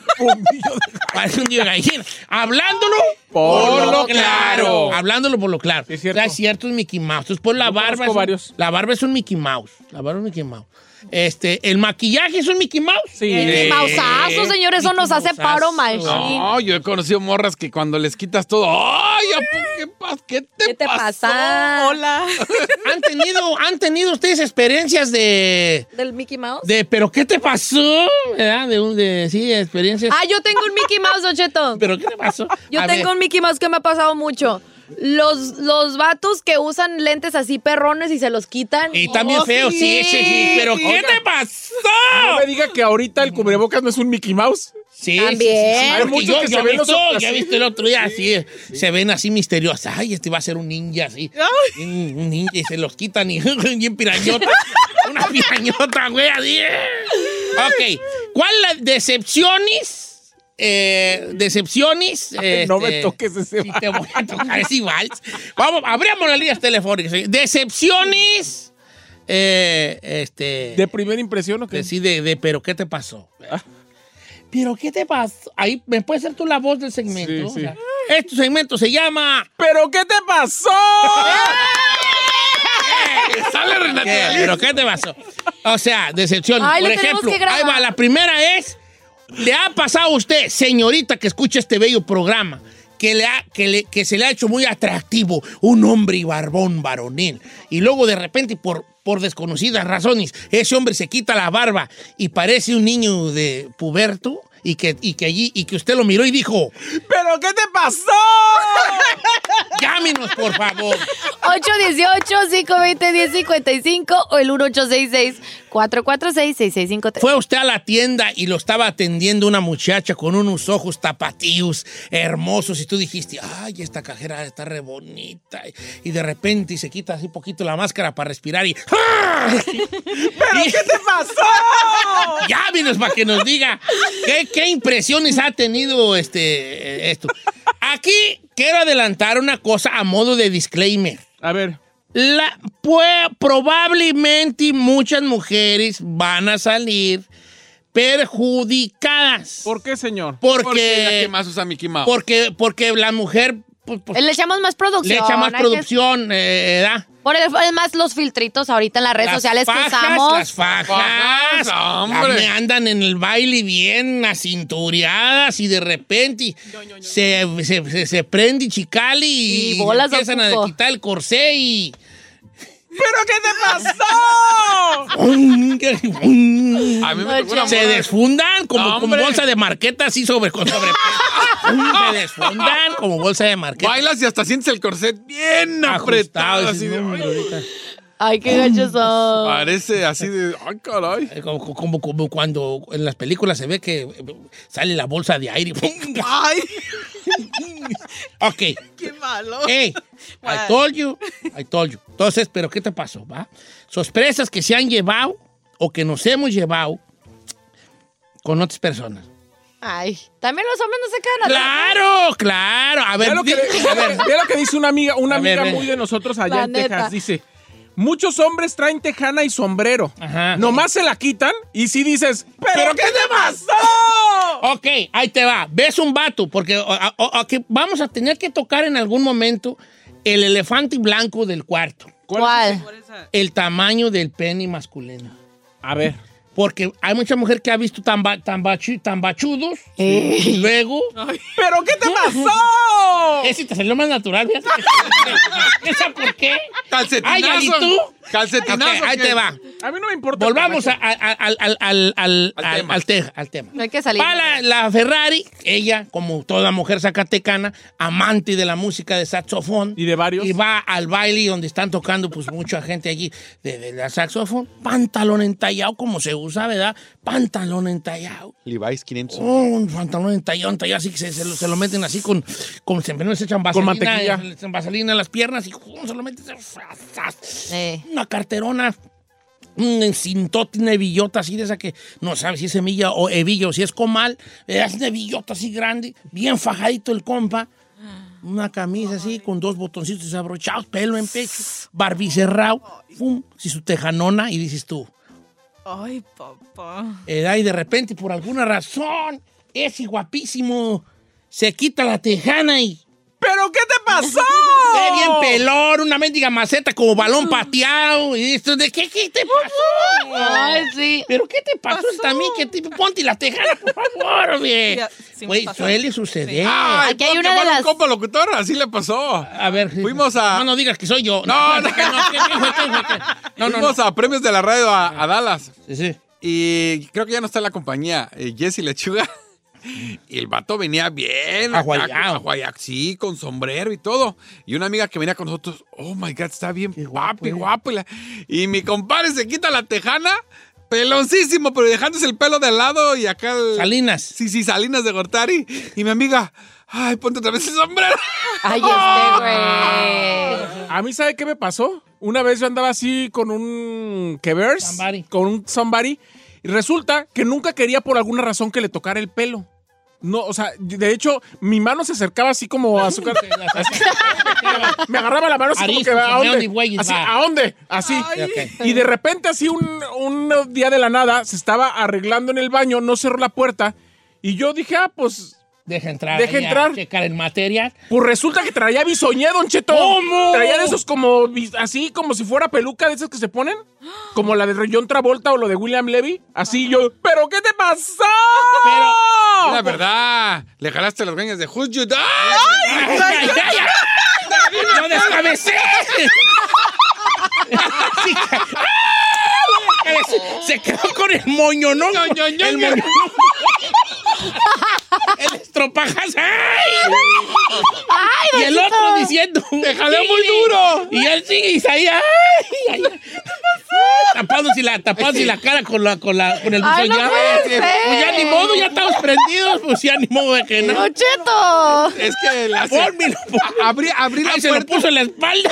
Parece un de gallina. Hablándolo Por lo claro. Hablándolo por lo claro. es cierto. O sea, es cierto, es Mickey Mouse. Entonces, pues la Yo barba. conozco es un- varios. La barba es un Mickey Mouse. La barba es un Mickey Mouse. Este, el maquillaje es un Mickey Mouse. Sí. Mickey Mouseazo, señores, eso nos hace Mouseazo. paro machine. No, yo he conocido morras que cuando les quitas todo, ¡ay! ¿a- ¿Qué, pas- qué te, ¿Qué te pasó? pasa? Hola. ¿Han tenido, han tenido ustedes experiencias de. ¿Del Mickey Mouse? de ¿Pero qué te pasó? ¿Verdad? De, un- de, sí, experiencias. Ah, yo tengo un Mickey Mouse, Don Cheto. ¿Pero qué te pasó? Yo A tengo ver. un Mickey Mouse que me ha pasado mucho. Los, los vatos que usan lentes así perrones y se los quitan. Y también Oh, feo, sí, sí, sí, ¿Pero qué Oiga. te pasó? No me diga que ahorita el cubrebocas no es un Mickey Mouse. Sí, También. sí, sí, sí, Hay porque muchos yo, que yo se he ven los visto, ojos yo he así. visto el otro día así, se ven así misteriosas. Ay, este va a ser un ninja así. Un, un ninja y se los quitan y bien pirañota. una pirañota, güey, así. Ok, ¿cuál la decepciones? Eh, decepciones. No me este, toques ese. y te voy a tocar es igual. Vamos, abrimos las líneas telefónicas. Decepciones. eh, este. ¿De primera impresión o qué? Ah, De, sí, de, de, pero ¿qué te pasó? ¿Pero qué te pasó? Ahí me puede ser tú la voz del segmento. Sí, O sí. sea, este segmento se llama. ¿Pero qué te pasó? Sale Renata. ¿Pero qué te pasó? O sea, decepción. Ay, Por lo tenemos ejemplo, que grabar. ahí va, la primera es, ¿le ha pasado a usted, señorita que escucha este bello programa, que, le ha- que, le- que se le ha hecho muy atractivo un hombre y barbón varonil? Y luego de repente, por, por desconocidas razones, ese hombre se quita la barba y parece un niño de puberto y que, y que allí, y que usted lo miró y dijo, ¿Pero qué te pasó? Llámenos, por favor. 818-520-1055 o el 1866-446-6653. Fue usted a la tienda y lo estaba atendiendo una muchacha con unos ojos tapatíos, hermosos, y tú dijiste, ay, esta cajera está re bonita. Y de repente se quita así poquito la máscara para respirar y... ¡ah! ¿Pero qué te pasó? Llámenos para que nos diga qué, qué impresiones ha tenido este, esto. Aquí quiero adelantar una cosa a modo de disclaimer. A ver. La, pues, probablemente muchas mujeres van a salir perjudicadas. ¿Por qué, señor? Porque, Porque es la que más usa Mickey Mouse. porque, porque la mujer pues, pues, Le echamos más producción. le echa más hay que- producción, eh, ¿verdad? Por el, además, los filtritos ahorita en las redes Las sociales fajas, que usamos. Las fajas. Fajas, hombre. Hombre. Andan en el baile bien acintureadas y de repente se, se, se- se prende chicali y, Y bolas de empiezan a cuco. quitar el corsé y... ¿Pero qué te pasó? A mí me tocó una se morra de- desfundan como, como Hombre. bolsa de marqueta así sobre... con sobre se desfundan como bolsa de marqueta. Bailas y hasta sientes el corset bien apretado. Ajustado, Así dices, de, "No, hombre, ay, ahorita". Ay, qué gachos Mm, son. parece así de. Ay, caray. Eh, Como, como- como cuando en las películas se ve que eh, sale la bolsa de aire. Ay, ok. qué malo. Hey, I told you, I told you. Entonces, ¿pero qué te pasó, va? Sorpresas que se han llevado o que nos hemos llevado con otras personas. Ay, también los hombres no se quedan atrás. ¡Claro, claro! A ver, Ve lo, que, di- a ver. ve lo que dice una amiga, una A ver, amiga ve. muy de nosotros allá La en neta. Texas. Dice: Muchos hombres traen tejana y sombrero. Ajá. Nomás se la quitan y si dices, ¿pero, qué te pasó? Ok, ahí te va. Ves un vato, porque o- o- o- que vamos a tener que tocar en algún momento el elefante blanco del cuarto. ¿Cuál? El tamaño del pene masculino. A ver. Porque hay mucha mujer que ha visto tan, ba- tan bachu- tan bachudos y luego... ¿Pero qué te pasó? Ese te salió más natural. fíjate. ¿Esa por qué? Ay, Calcetinazo. ¿y tú? Calcetinazo. Ok, ahí ¿qué? te va. A mí no me importa. Volvamos a- a- a- al, al, al, al, Al al- tema. al te- al tema. No hay que salir. Para la Ferrari, ella, como toda mujer zacatecana, amante de la música de saxofón, Y de varios. y va al baile donde están tocando pues mucha gente allí de, de la saxofón, pantalón entallado como se usa, ¿verdad? Pantalón entallado. Levi's 500. Oh, un pantalón entallado, entallado, así que se, se lo, se lo meten así con, con se, no, se echan vaselina, mantequilla. eh, se echan vaselina en las piernas y ¡pum! se lo meten. se- zas, zas. Eh. Una carterona, un cintote, una hebillota así de esa que no sabes si es semilla o hebilla o si es comal. eh, Es una hebillota así grande, bien fajadito el compa. Una camisa así con dos botoncitos desabrochados, pelo en pecho, barbicerrao, pum, si su tejanona y dices tú, Ay, papá. edad y Eh, de repente por alguna razón ese guapísimo se quita la tejana y ¿Pero qué te pasó? ve bien pelón, una mendiga maceta como Mm. balón pateado y esto de qué, qué te pasó. Ay, sí. Pero qué te pasó, también que te ponte la tejana, por favor, güey. Ya, sí me Güey, pasó. suele suceder. Ay, Aquí hay no, una qué de mal un las- compa locutor, así le pasó. A ver, Fuimos a- No, no digas que soy yo. No, no, no. que no, que no, que no, que no. no, no, no. Fuimos a premios de la radio a, a Dallas. Sí, sí. Y creo que ya no está en la compañía. eh, Jesse Lechuga. Y el vato venía bien. Aguayao. Aguayac, sí, con sombrero y todo. Y una amiga que venía con nosotros, oh my God, está bien guapo, y guapo. Y, la- y mi compadre se quita la tejana, peloncísimo, pero dejándose el pelo de al lado y acá el- Salinas. Sí, sí, Salinas de Gortari. Y mi amiga, ay, ponte otra vez el sombrero. Ay, este, güey. A mí, ¿sabe qué me pasó? Una vez yo andaba así con un Kevers, Somebody. con un somebody, y resulta que nunca quería por alguna razón que le tocara el pelo. No, o sea, de hecho, mi mano se acercaba así como a su cara. Me agarraba la mano así como Arisco, que, ¿a Simeón y dónde? Güeyes, Así, va. ¿a dónde? Así. Y de repente, así un, un día de la nada, se estaba arreglando en el baño, no cerró la puerta, y yo dije, ah, pues, Deja entrar. Deja ahí a entrar. Checar el material. pues resulta que traía bisoñé, Don Cheto. ¿Cómo? Traía de esos como, bis- así como si fuera peluca de esas que se ponen. Como la de John Travolta o lo de William Levy. Así yo, ¿pero qué te pasó? La verdad, le jalaste las gañas de Who's You Dad? ¡Ay, ay, ay! ay! ¡Lo descabecé! Sí, ca- ¡Ah! Se quedó con el moño, ¿no? el moño. El estropajas. ¡Ay! y el otro diciendo. Te jalé Sí, muy sí. duro. Y él sigue y ahí, ay, ay, ay. tapándose la, tapándose la cara con, la, con, la, con el Ay, buzón. no ya, puede pues, ser. pues ya ni modo, ya estamos prendidos. Pues ya ni modo de que no. ¡No, Cheto! Es que la Pónmelo, pónmelo. Abrí, abrí la Ay, se lo puso en la espalda.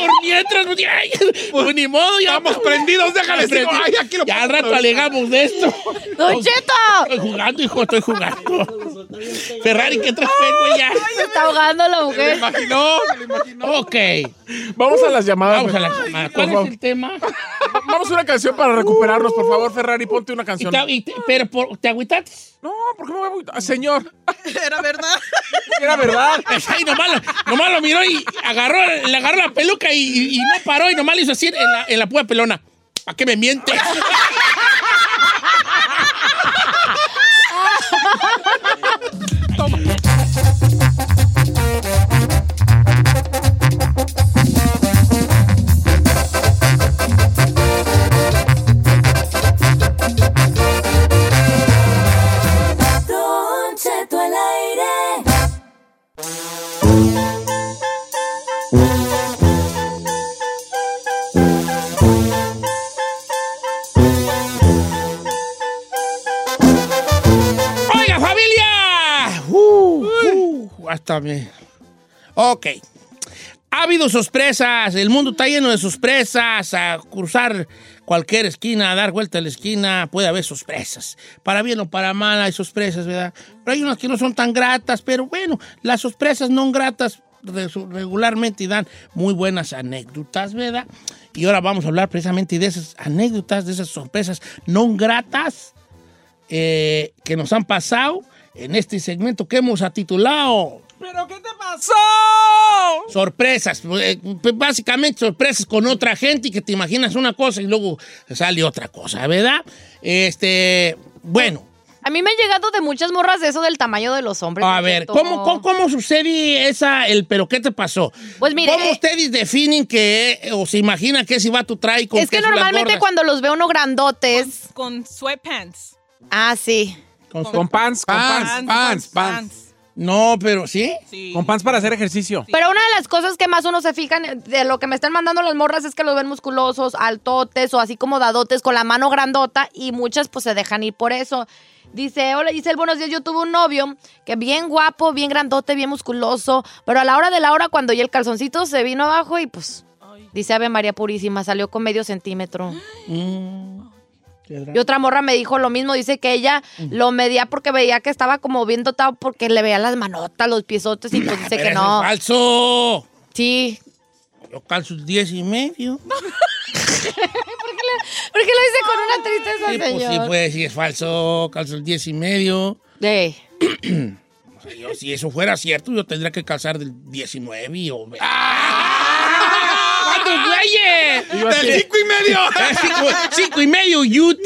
Por mientras, pues, ay, pues, ni modo, ya Estamos prendidos, déjale, sigo. Ay, aquí lo Ya pongo al rato otra vez. alegamos de esto. ¡Don Cheto! Estoy jugando, hijo, estoy jugando. Ferrari, ¿qué traes, güey? Ya. Se está ahogando la ¿Eh? mujer. imaginó, Ok. Vamos a las llamadas. Vamos a Fer- la llamada. por ¿Cuál es favor. el tema? Vamos a una canción para recuperarnos, por favor, Ferrari, ponte una Y canción. te- y te- pero, por- ¿te agüitaste? No, ¿por qué me voy a agüitar? Señor, Era verdad. era verdad. Pues ahí nomás, lo- nomás lo miró y agarró, le agarró la peluca y, y- y no paró y nomás le hizo así en la, en la púa pelona. ¿Para qué me mientes? Don Cheto al aire. ¡Oiga, familia! Uh, uh, hasta me... Ok. Ha habido sorpresas, el mundo está lleno de sorpresas, a cruzar cualquier esquina, a dar vuelta a la esquina, puede haber sorpresas. Para bien o para mal hay sorpresas, ¿verdad? Pero hay unas que no son tan gratas, pero bueno, las sorpresas no gratas resu- regularmente dan muy buenas anécdotas, ¿verdad? Y ahora vamos a hablar precisamente de esas anécdotas, de esas sorpresas no gratas eh, que nos han pasado en este segmento que hemos atitulado ¿Pero qué te pasó? sorpresas, eh, pues, básicamente sorpresas con otra gente y que te imaginas una cosa y luego sale otra cosa, ¿verdad? Este, bueno, A mí me han llegado de muchas morras de eso del tamaño de los hombres. a Don ver, Cheto. ¿cómo, cómo, cómo sucede esa, el pero qué te pasó? Pues mire, ¿Cómo eh, ustedes definen que, eh, o se imaginan que ese vato trae con es que son las normalmente gordas? cuando los ve uno grandotes. Con sweatpants. Ah, sí. Con pants, con pants, pants, pants. No, pero ¿sí? Con pants para hacer ejercicio. Pero una de las cosas que más uno se fijan de lo que me están mandando las morras es que los ven musculosos, altotes o así como dadotes con la mano grandota y muchas pues se dejan ir por eso. Dice, hola Giselle, buenos días, yo tuve un novio que bien guapo, bien grandote, bien musculoso, pero a la hora de la hora cuando ya el calzoncito se vino abajo y pues, dice Ave María Purísima, salió con medio centímetro. ¡Ah! Mm. Y otra morra me dijo lo mismo, dice que ella lo medía porque veía que estaba como bien dotado porque le veía las manotas, los piesotes y pues dice Pero que eso no. es falso. Sí, Yo calzo 10 y medio. ¿Por qué lo dice con una tristeza, Sí, pues sí, señor? pues sí, es falso. Calzo el 10 y medio. Ey. O sea, yo, si eso fuera cierto, yo tendría que calzar del 19 o... ¡Ah! ¡Cuántos ¡Ah, güeyes! Del cinco y medio. Eh, Cinco, cinco y medio, yut.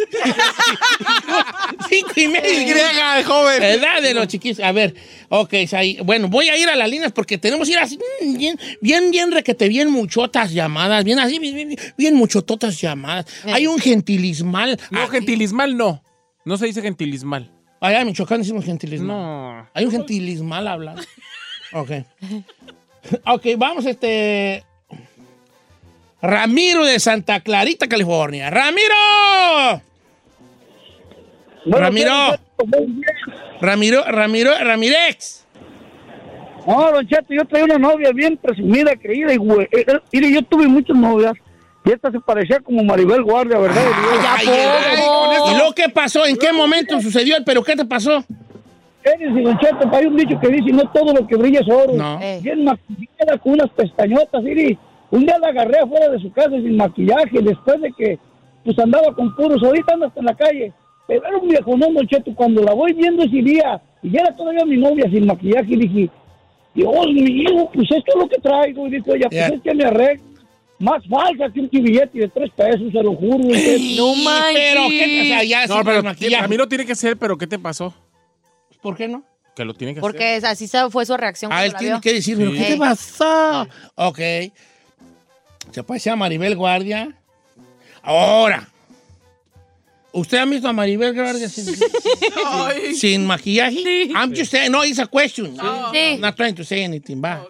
Cinco y medio. Y, joven. Edad de los chiquis. A ver, ok, Sai, bueno, voy a ir a las líneas porque tenemos que ir así, mm, bien, bien, bien, requete, bien muchotas llamadas, bien así, bien, bien, bien muchototas llamadas. Hay un gentilismal. No, gentilismal no. No se dice gentilismal. Allá en Michoacán decimos gentilismal. No. Hay un gentilismal hablando. Ok. Ok, vamos, este. Ramiro de Santa Clarita, California. ¡Ramiro! Ramiro. Ramiro, Ramiro, Ramirex. No, don Cheto, yo traía una novia bien presumida, creída y güey. eh, eh, Mire, yo tuve muchas novias y esta se parecía como Maribel Guardia, ¿verdad? Ay, ay, con esto- ¿Y lo que pasó? ¿En qué momento sucedió el pero qué te pasó? Eres, y don Cheto, hay un dicho que dice, no todo lo que brilla es oro. No. Bien maquillada, con unas pestañotas, mire. Un día la agarré afuera de su casa sin maquillaje, después de que pues andaba con puros, ahorita anda hasta en la calle. Pero era un viejo, no, don Cheto, cuando la voy viendo ese día, y era todavía mi novia sin maquillaje, y dije, Dios mío, pues esto es lo que traigo. Y dijo ella, pues Ya. es que me arreglo. Más falsa que un billete de tres pesos, se lo juro. No manches. Pero, ¿qué- o sea, ya No, sin pero maquillaje. a mí no tiene que ser, pero ¿qué te pasó? ¿Por qué no? Que lo tiene que hacer. Porque así se- fue su reacción. Ah, cuando él la tiene vio. que decir, ¿pero qué Ey. te pasó? Ah, Ok. Se parecía a Maribel Guardia. Ahora. ¿Usted ha visto a Maribel Guardia sin, sin- sin maquillaje? I'm just saying, no, it's a question. Sí. I'm not trying to say anything, va.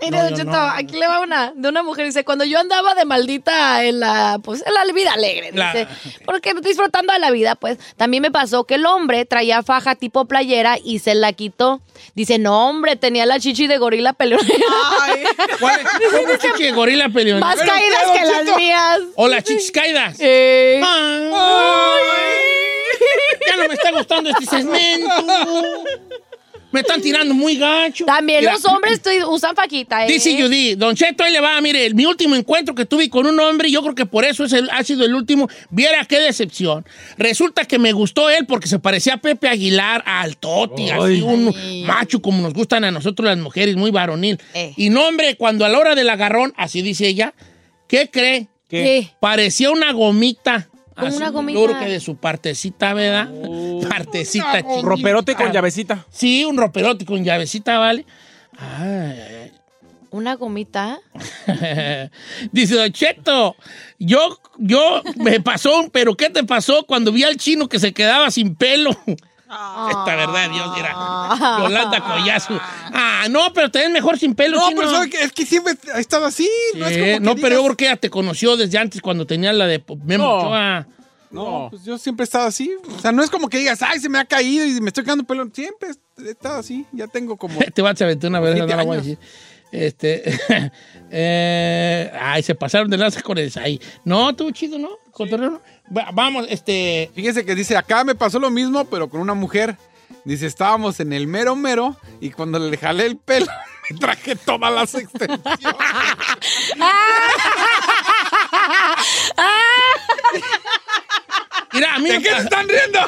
Mire, No, don yo Cheto, no. aquí le va una de una mujer. Dice, cuando yo andaba de maldita en la, pues, en la vida alegre, La- dice, porque disfrutando de la vida, pues, también me pasó que el hombre traía faja tipo playera y se la quitó. Dice, no, hombre, tenía la chichi de gorila peleonera. ¿Cuál es? ¿Cómo es chichi de gorila peleonera? Más Pero caídas usted, que don las Eh. Cheto. mías. O las chichis caídas. Ya no me está gustando este segmento. Me están tirando muy gacho. También Mira, los hombres tu- usan faquita, ¿eh? Dice Judy, Don Cheto, ahí le va, mire, mi último encuentro que tuve con un hombre, yo creo que por eso es el- ha sido el último. Viera qué decepción. Resulta que me gustó él porque se parecía a Pepe Aguilar, al Toti, así un macho como nos gustan a nosotros las mujeres, muy varonil. Eh. Y no, hombre, cuando a la hora del agarrón, así dice ella, ¿qué cree? ¿Qué? Parecía una gomita. ¿Cómo Así, una gomita? Yo creo que de su partecita, ¿verdad? partecita gomita. Roperote con llavecita. Sí, un roperote con llavecita, ¿vale? Ah, Una gomita. Dice Don Cheto, yo, yo me pasó, pero ¿qué te pasó cuando vi al chino que se quedaba sin pelo? Ah. Esta verdad, Dios dirá. Yolanda Collazo. Ah, no, pero te ves mejor sin pelo, No, chino. pero ¿sabe qué? es que siempre ha estado así. No, es Sí, como que no, pero digas- yo creo que ella te conoció desde antes cuando tenía la de Memo No. Ochoa. No, pues yo siempre he estado así. O sea, no es como que digas, ay, se me ha caído y me estoy quedando pelón. Siempre he estado así. Ya tengo como. Te vas a aventar una vez, no Siete la voy a decir. Este, eh, ay, se pasaron de lanza con el ahí. No, tú chido, ¿no? Cotorreo, ¿no? Va- Vamos, este. Fíjese que dice, acá me pasó lo mismo, pero con una mujer. Dice, estábamos en el mero mero y cuando le jalé el pelo, me traje todas las extensiones. Mira, a mí ¿De qué se están riendo?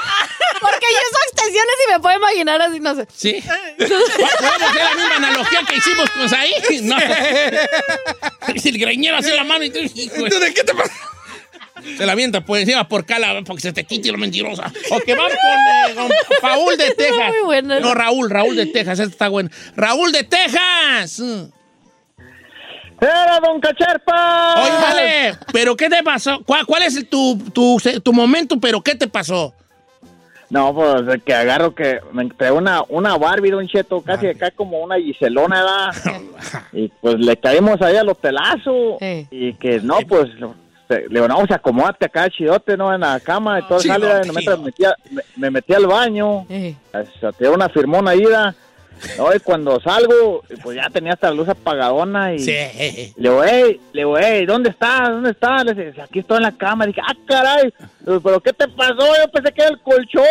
Porque yo uso extensiones y me puedo imaginar así, no sé. Sí. ¿Podemos hacer la misma analogía que hicimos con Saí? No. Si el greñero así la mano y tú. ¿de qué te pasa? Se la avienta por encima por cala porque se te quite lo mentirosa. Ok, vamos con, eh, con Paul de Texas. muy buena. No, Raúl, Raúl de Texas, esta está buena. Raúl de Texas. Mm. ¡Era Don Cacherpa! Oye, vale, pero ¿qué te pasó? ¿Cuál, cuál es el- tu, tu, tu momento, pero qué te pasó? No, pues de que agarro que me entré una, una Barbie, Don Cheto, casi acá como una Giselona, ¿verdad? y pues le caímos ahí al hotelazo. Y que no, pues lo- se- le digo, no, o sea, acomódate acá, chidote, ¿no? En la cama. Entonces Chidote, sale, me, metí, a- me, me metí al baño. Se tiró una firmona ida. No, y cuando salgo, pues ya tenía hasta la luz apagadona y... Sí. Le digo, hey, le digo, "Ey, ¿dónde estás? ¿Dónde estás? Le dije, aquí estoy en la cama. Le dije, ah, caray, Le digo, pero ¿qué te pasó? Yo pensé que era el colchón.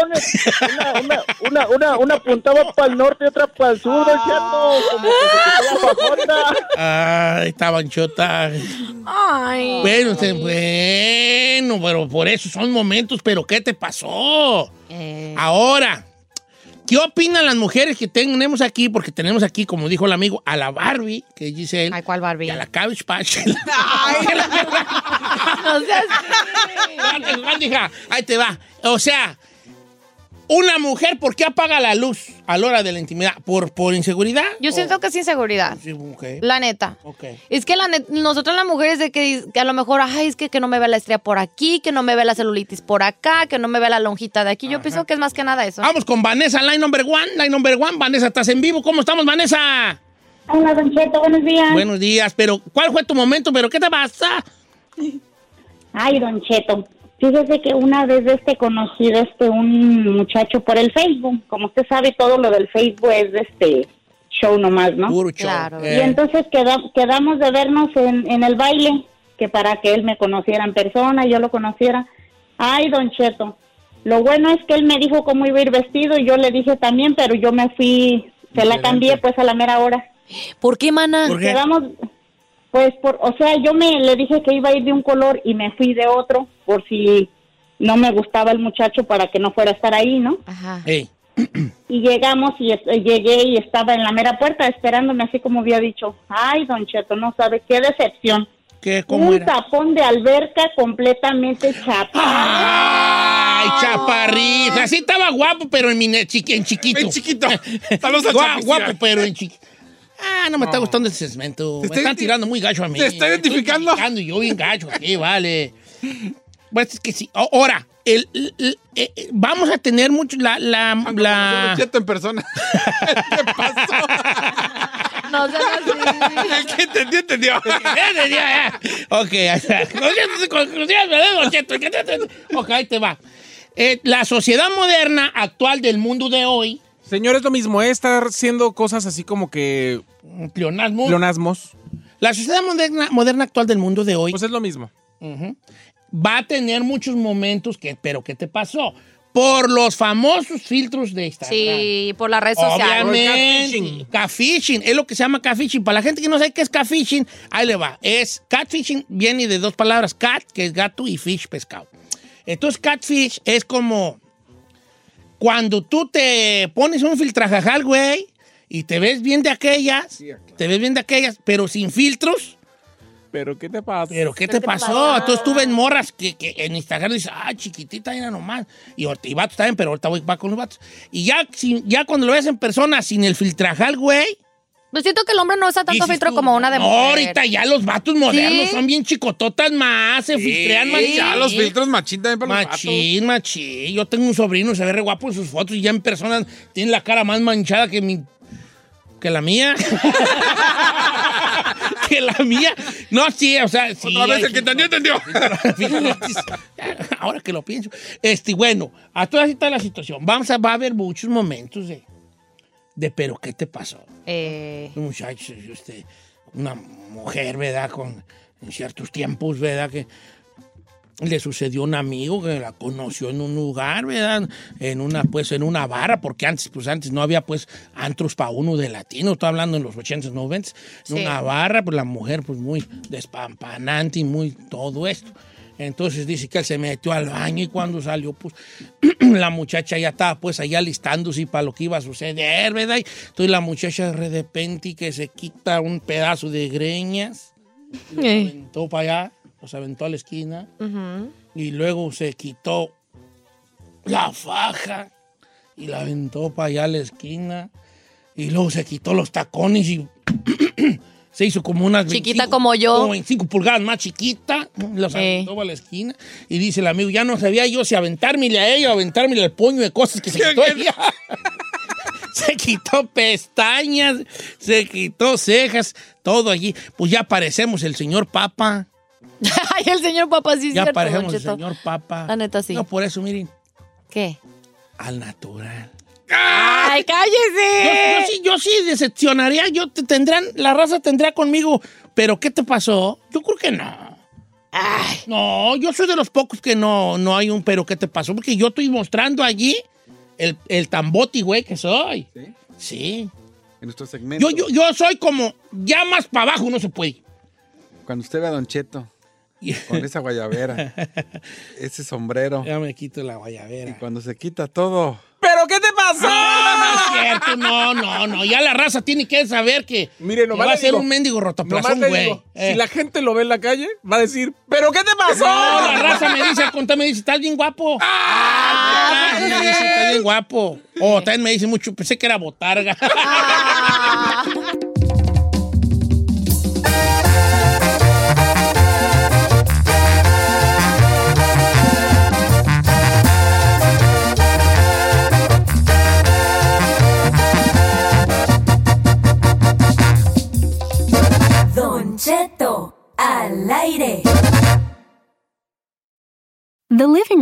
Una, una, una, una, una apuntaba para el norte y otra para el sur, don Cheto. Como que se quitó la fajota. Ay, esta banchota. Ay. Bueno, se- bueno, pero por eso son momentos, pero ¿qué te pasó? Ahora, ¿qué opinan las mujeres que tenemos aquí? Porque tenemos aquí, como dijo el amigo, a la Barbie, que dice él. ¿A cuál Barbie? a la Cabbage Patch. No seas- Espérate, Juan, hija, Ahí te va. O sea, una mujer, ¿por qué apaga la luz a la hora de la intimidad? ¿Por, por inseguridad? Yo siento que es inseguridad. Ok. La neta. Ok. Es que la net- nosotros las mujeres de que, que a lo mejor, ay, es que, que no me ve la estrella por aquí, que no me ve la celulitis por acá, que no me ve la lonjita de aquí. Yo pienso que es más que nada eso. Vamos con Vanessa, line number one, line number one. Vanessa, estás en vivo. ¿Cómo estamos, Vanessa? Hola, Don Cheto, buenos días. Buenos días, pero ¿cuál fue tu momento? ¿Pero qué te pasa? Ay, Don Cheto. Fíjese que una vez de este conocido este un muchacho por el Facebook. Como usted sabe, todo lo del Facebook es de este show nomás, ¿no? Puro show. Eh. Claro. Y entonces queda- quedamos de vernos en, en el baile, que para que él me conociera en persona, yo lo conociera. Ay, Don Cheto. Lo bueno es que él me dijo cómo iba a ir vestido y yo le dije también, pero yo me fui, se la cambié pues a la mera hora. ¿Por qué, mana? ¿Por pues por, o sea, yo me le dije que iba a ir de un color y me fui de otro por si no me gustaba el muchacho para que no fuera a estar ahí, ¿no? Ajá. Y llegamos y es- llegué y estaba en la mera puerta esperándome así como había dicho. Ay, don Cheto, no sabe qué decepción. ¿Qué, Un tapón de alberca completamente chapado. Ay, Ah. chaparrita. Sí estaba guapo, pero en, mi ne- eh, chiqui- en chiquito. En chiquito. Saludos a Gua- Chapicia. guapo, pero en chiquito. Ah, no me está No. gustando ese segmento. Te me está están identi- tirando muy gacho a mí. te está Me estoy identificando. yo bien gacho. Sí, vale. Pues es que sí. O- Ahora, el, el- el- eh, eh, vamos a tener mucho la... la, la... en persona. No se El que entendió, entendió. entendió, ya. Ok, ahí está. Conclusiones, conclusiones, ¿verdad, don Cheto? El que entendió, entendió. Ok, ahí te va. Eh, la sociedad moderna actual del mundo de hoy... Señor, es lo mismo, es estar siendo cosas así como que... Pleonasmos. Pleonasmos. La sociedad moderna, moderna actual del mundo de hoy... Pues es lo mismo. Ujú. Va a tener muchos momentos que... ¿Pero qué te pasó? Por los famosos filtros de Instagram. Sí, por las redes Oh. sociales. Obviamente. Catfishing. Es lo que se llama catfishing. Para la gente que no sabe qué es catfishing, ahí le va. Es catfishing viene de dos palabras, cat, que es gato, y fish, pescado. Entonces, catfish es como cuando tú te pones un filtrajajal, güey, y te ves bien de aquellas, te ves bien de aquellas, pero sin filtros. ¿Pero qué te pasó? ¿Pero qué te, pasó? Entonces tú ves morras que, que en Instagram dices, ah, chiquitita, era nomás. Y, ahorita- y vatos también, pero ahorita voy va con los vatos. Y ya, sin- ya cuando lo ves en persona, sin el filtrajal, güey. Pues siento que el hombre no usa tanto dices filtro tú, como una de "No, mujer. ahorita ya los vatos modernos son bien chicototas más, se filtrean más. ya los filtros machín también para los Machín, machín. Yo tengo un sobrino, se ve re guapo en sus fotos y ya en persona tiene la cara más manchada que mi... que la mía. que la mía. No, sí, o sea, sí. Otra vez hay el que entendió, entendió. Ahora que lo pienso. Este, bueno, a todas así está la situación. Vamos a, va a haber muchos momentos de, de pero ¿qué te pasó? Muchachos, este, usted, una mujer, ¿verdad? Con en ciertos tiempos, ¿verdad? Que le sucedió a un amigo que la conoció en un lugar, ¿verdad? En una, pues, en una barra, porque antes, pues antes no había, pues, antros para uno de latino, estoy hablando en los 80s, 90s, en Sí. una barra, pues la mujer, pues, muy despampanante y muy todo esto. Entonces dice que él se metió al baño y cuando salió, pues, la muchacha ya estaba, pues, allá listándose para lo que iba a suceder, ¿verdad? Y Entonces la muchacha de repente que se quita un pedazo de greñas, los Eh. aventó para allá, los aventó a la esquina Ujú. y luego se quitó la faja y la aventó para allá a la esquina y luego se quitó los tacones y se hizo como una Chiquita como yo. 25 pulgadas más chiquita los aventó para la esquina y dice el amigo ya no sabía yo si aventármele a ella o aventármele al puño de cosas que se quitó ella se quitó pestañas se quitó cejas todo allí pues ya parecemos el señor papa Ay, el señor papá sí es ya cierto, parecemos Don el Cheto. señor papa La neta sí. no por eso miren ¿Qué? al natural. ¡Ay, Yo, cállese! yo sí, yo sí decepcionaría, yo te tendrán, la raza tendría conmigo, pero ¿qué te pasó? Yo creo que no. No, yo soy de los pocos que no, no hay un pero ¿qué te pasó? Porque yo estoy mostrando allí el, el tamboti, güey, que soy. Sí. En nuestro segmento. Yo, yo, yo soy como, ya más para abajo no se puede. Cuando usted ve a Don Cheto con esa guayabera, ese sombrero. Ya me quito la guayabera. Y cuando se quita todo. ¿Pero qué te pasó? No, no es cierto, no, no, no. Ya la raza tiene que saber que, Mire, que nomás va a le ser digo- un mendigo rotoplazón, Nomás le güey. digo, Eh. Si la gente lo ve en la calle, va a decir, ¿pero qué te pasó? No, la raza me dice, al contar, me dice, estás bien guapo. Ah, me dice, estás bien guapo. O también me dice mucho, pensé que era botarga. Don Cheto al aire. The living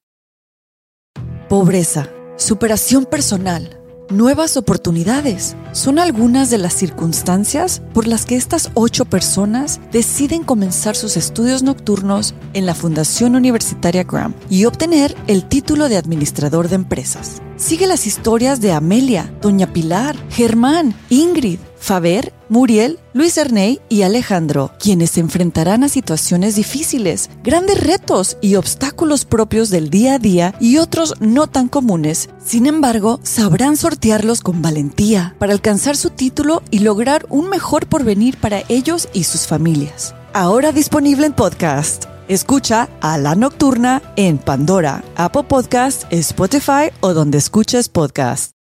Pobreza, superación personal, nuevas oportunidades son algunas de las circunstancias por las que estas ocho personas deciden comenzar sus estudios nocturnos en la Fundación Universitaria Graham y obtener el título de administrador de empresas. Sigue las historias de Amelia, Doña Pilar, Germán, Ingrid, Faber, Muriel, Luis Erney y Alejandro, quienes se enfrentarán a situaciones difíciles, grandes retos y obstáculos propios del día a día y otros no tan comunes. Sin embargo, sabrán sortearlos con valentía para alcanzar su título y lograr un mejor porvenir para ellos y sus familias. Ahora disponible en podcast. Escucha a La Nocturna en Pandora, Apple Podcast, Spotify o donde escuches podcast.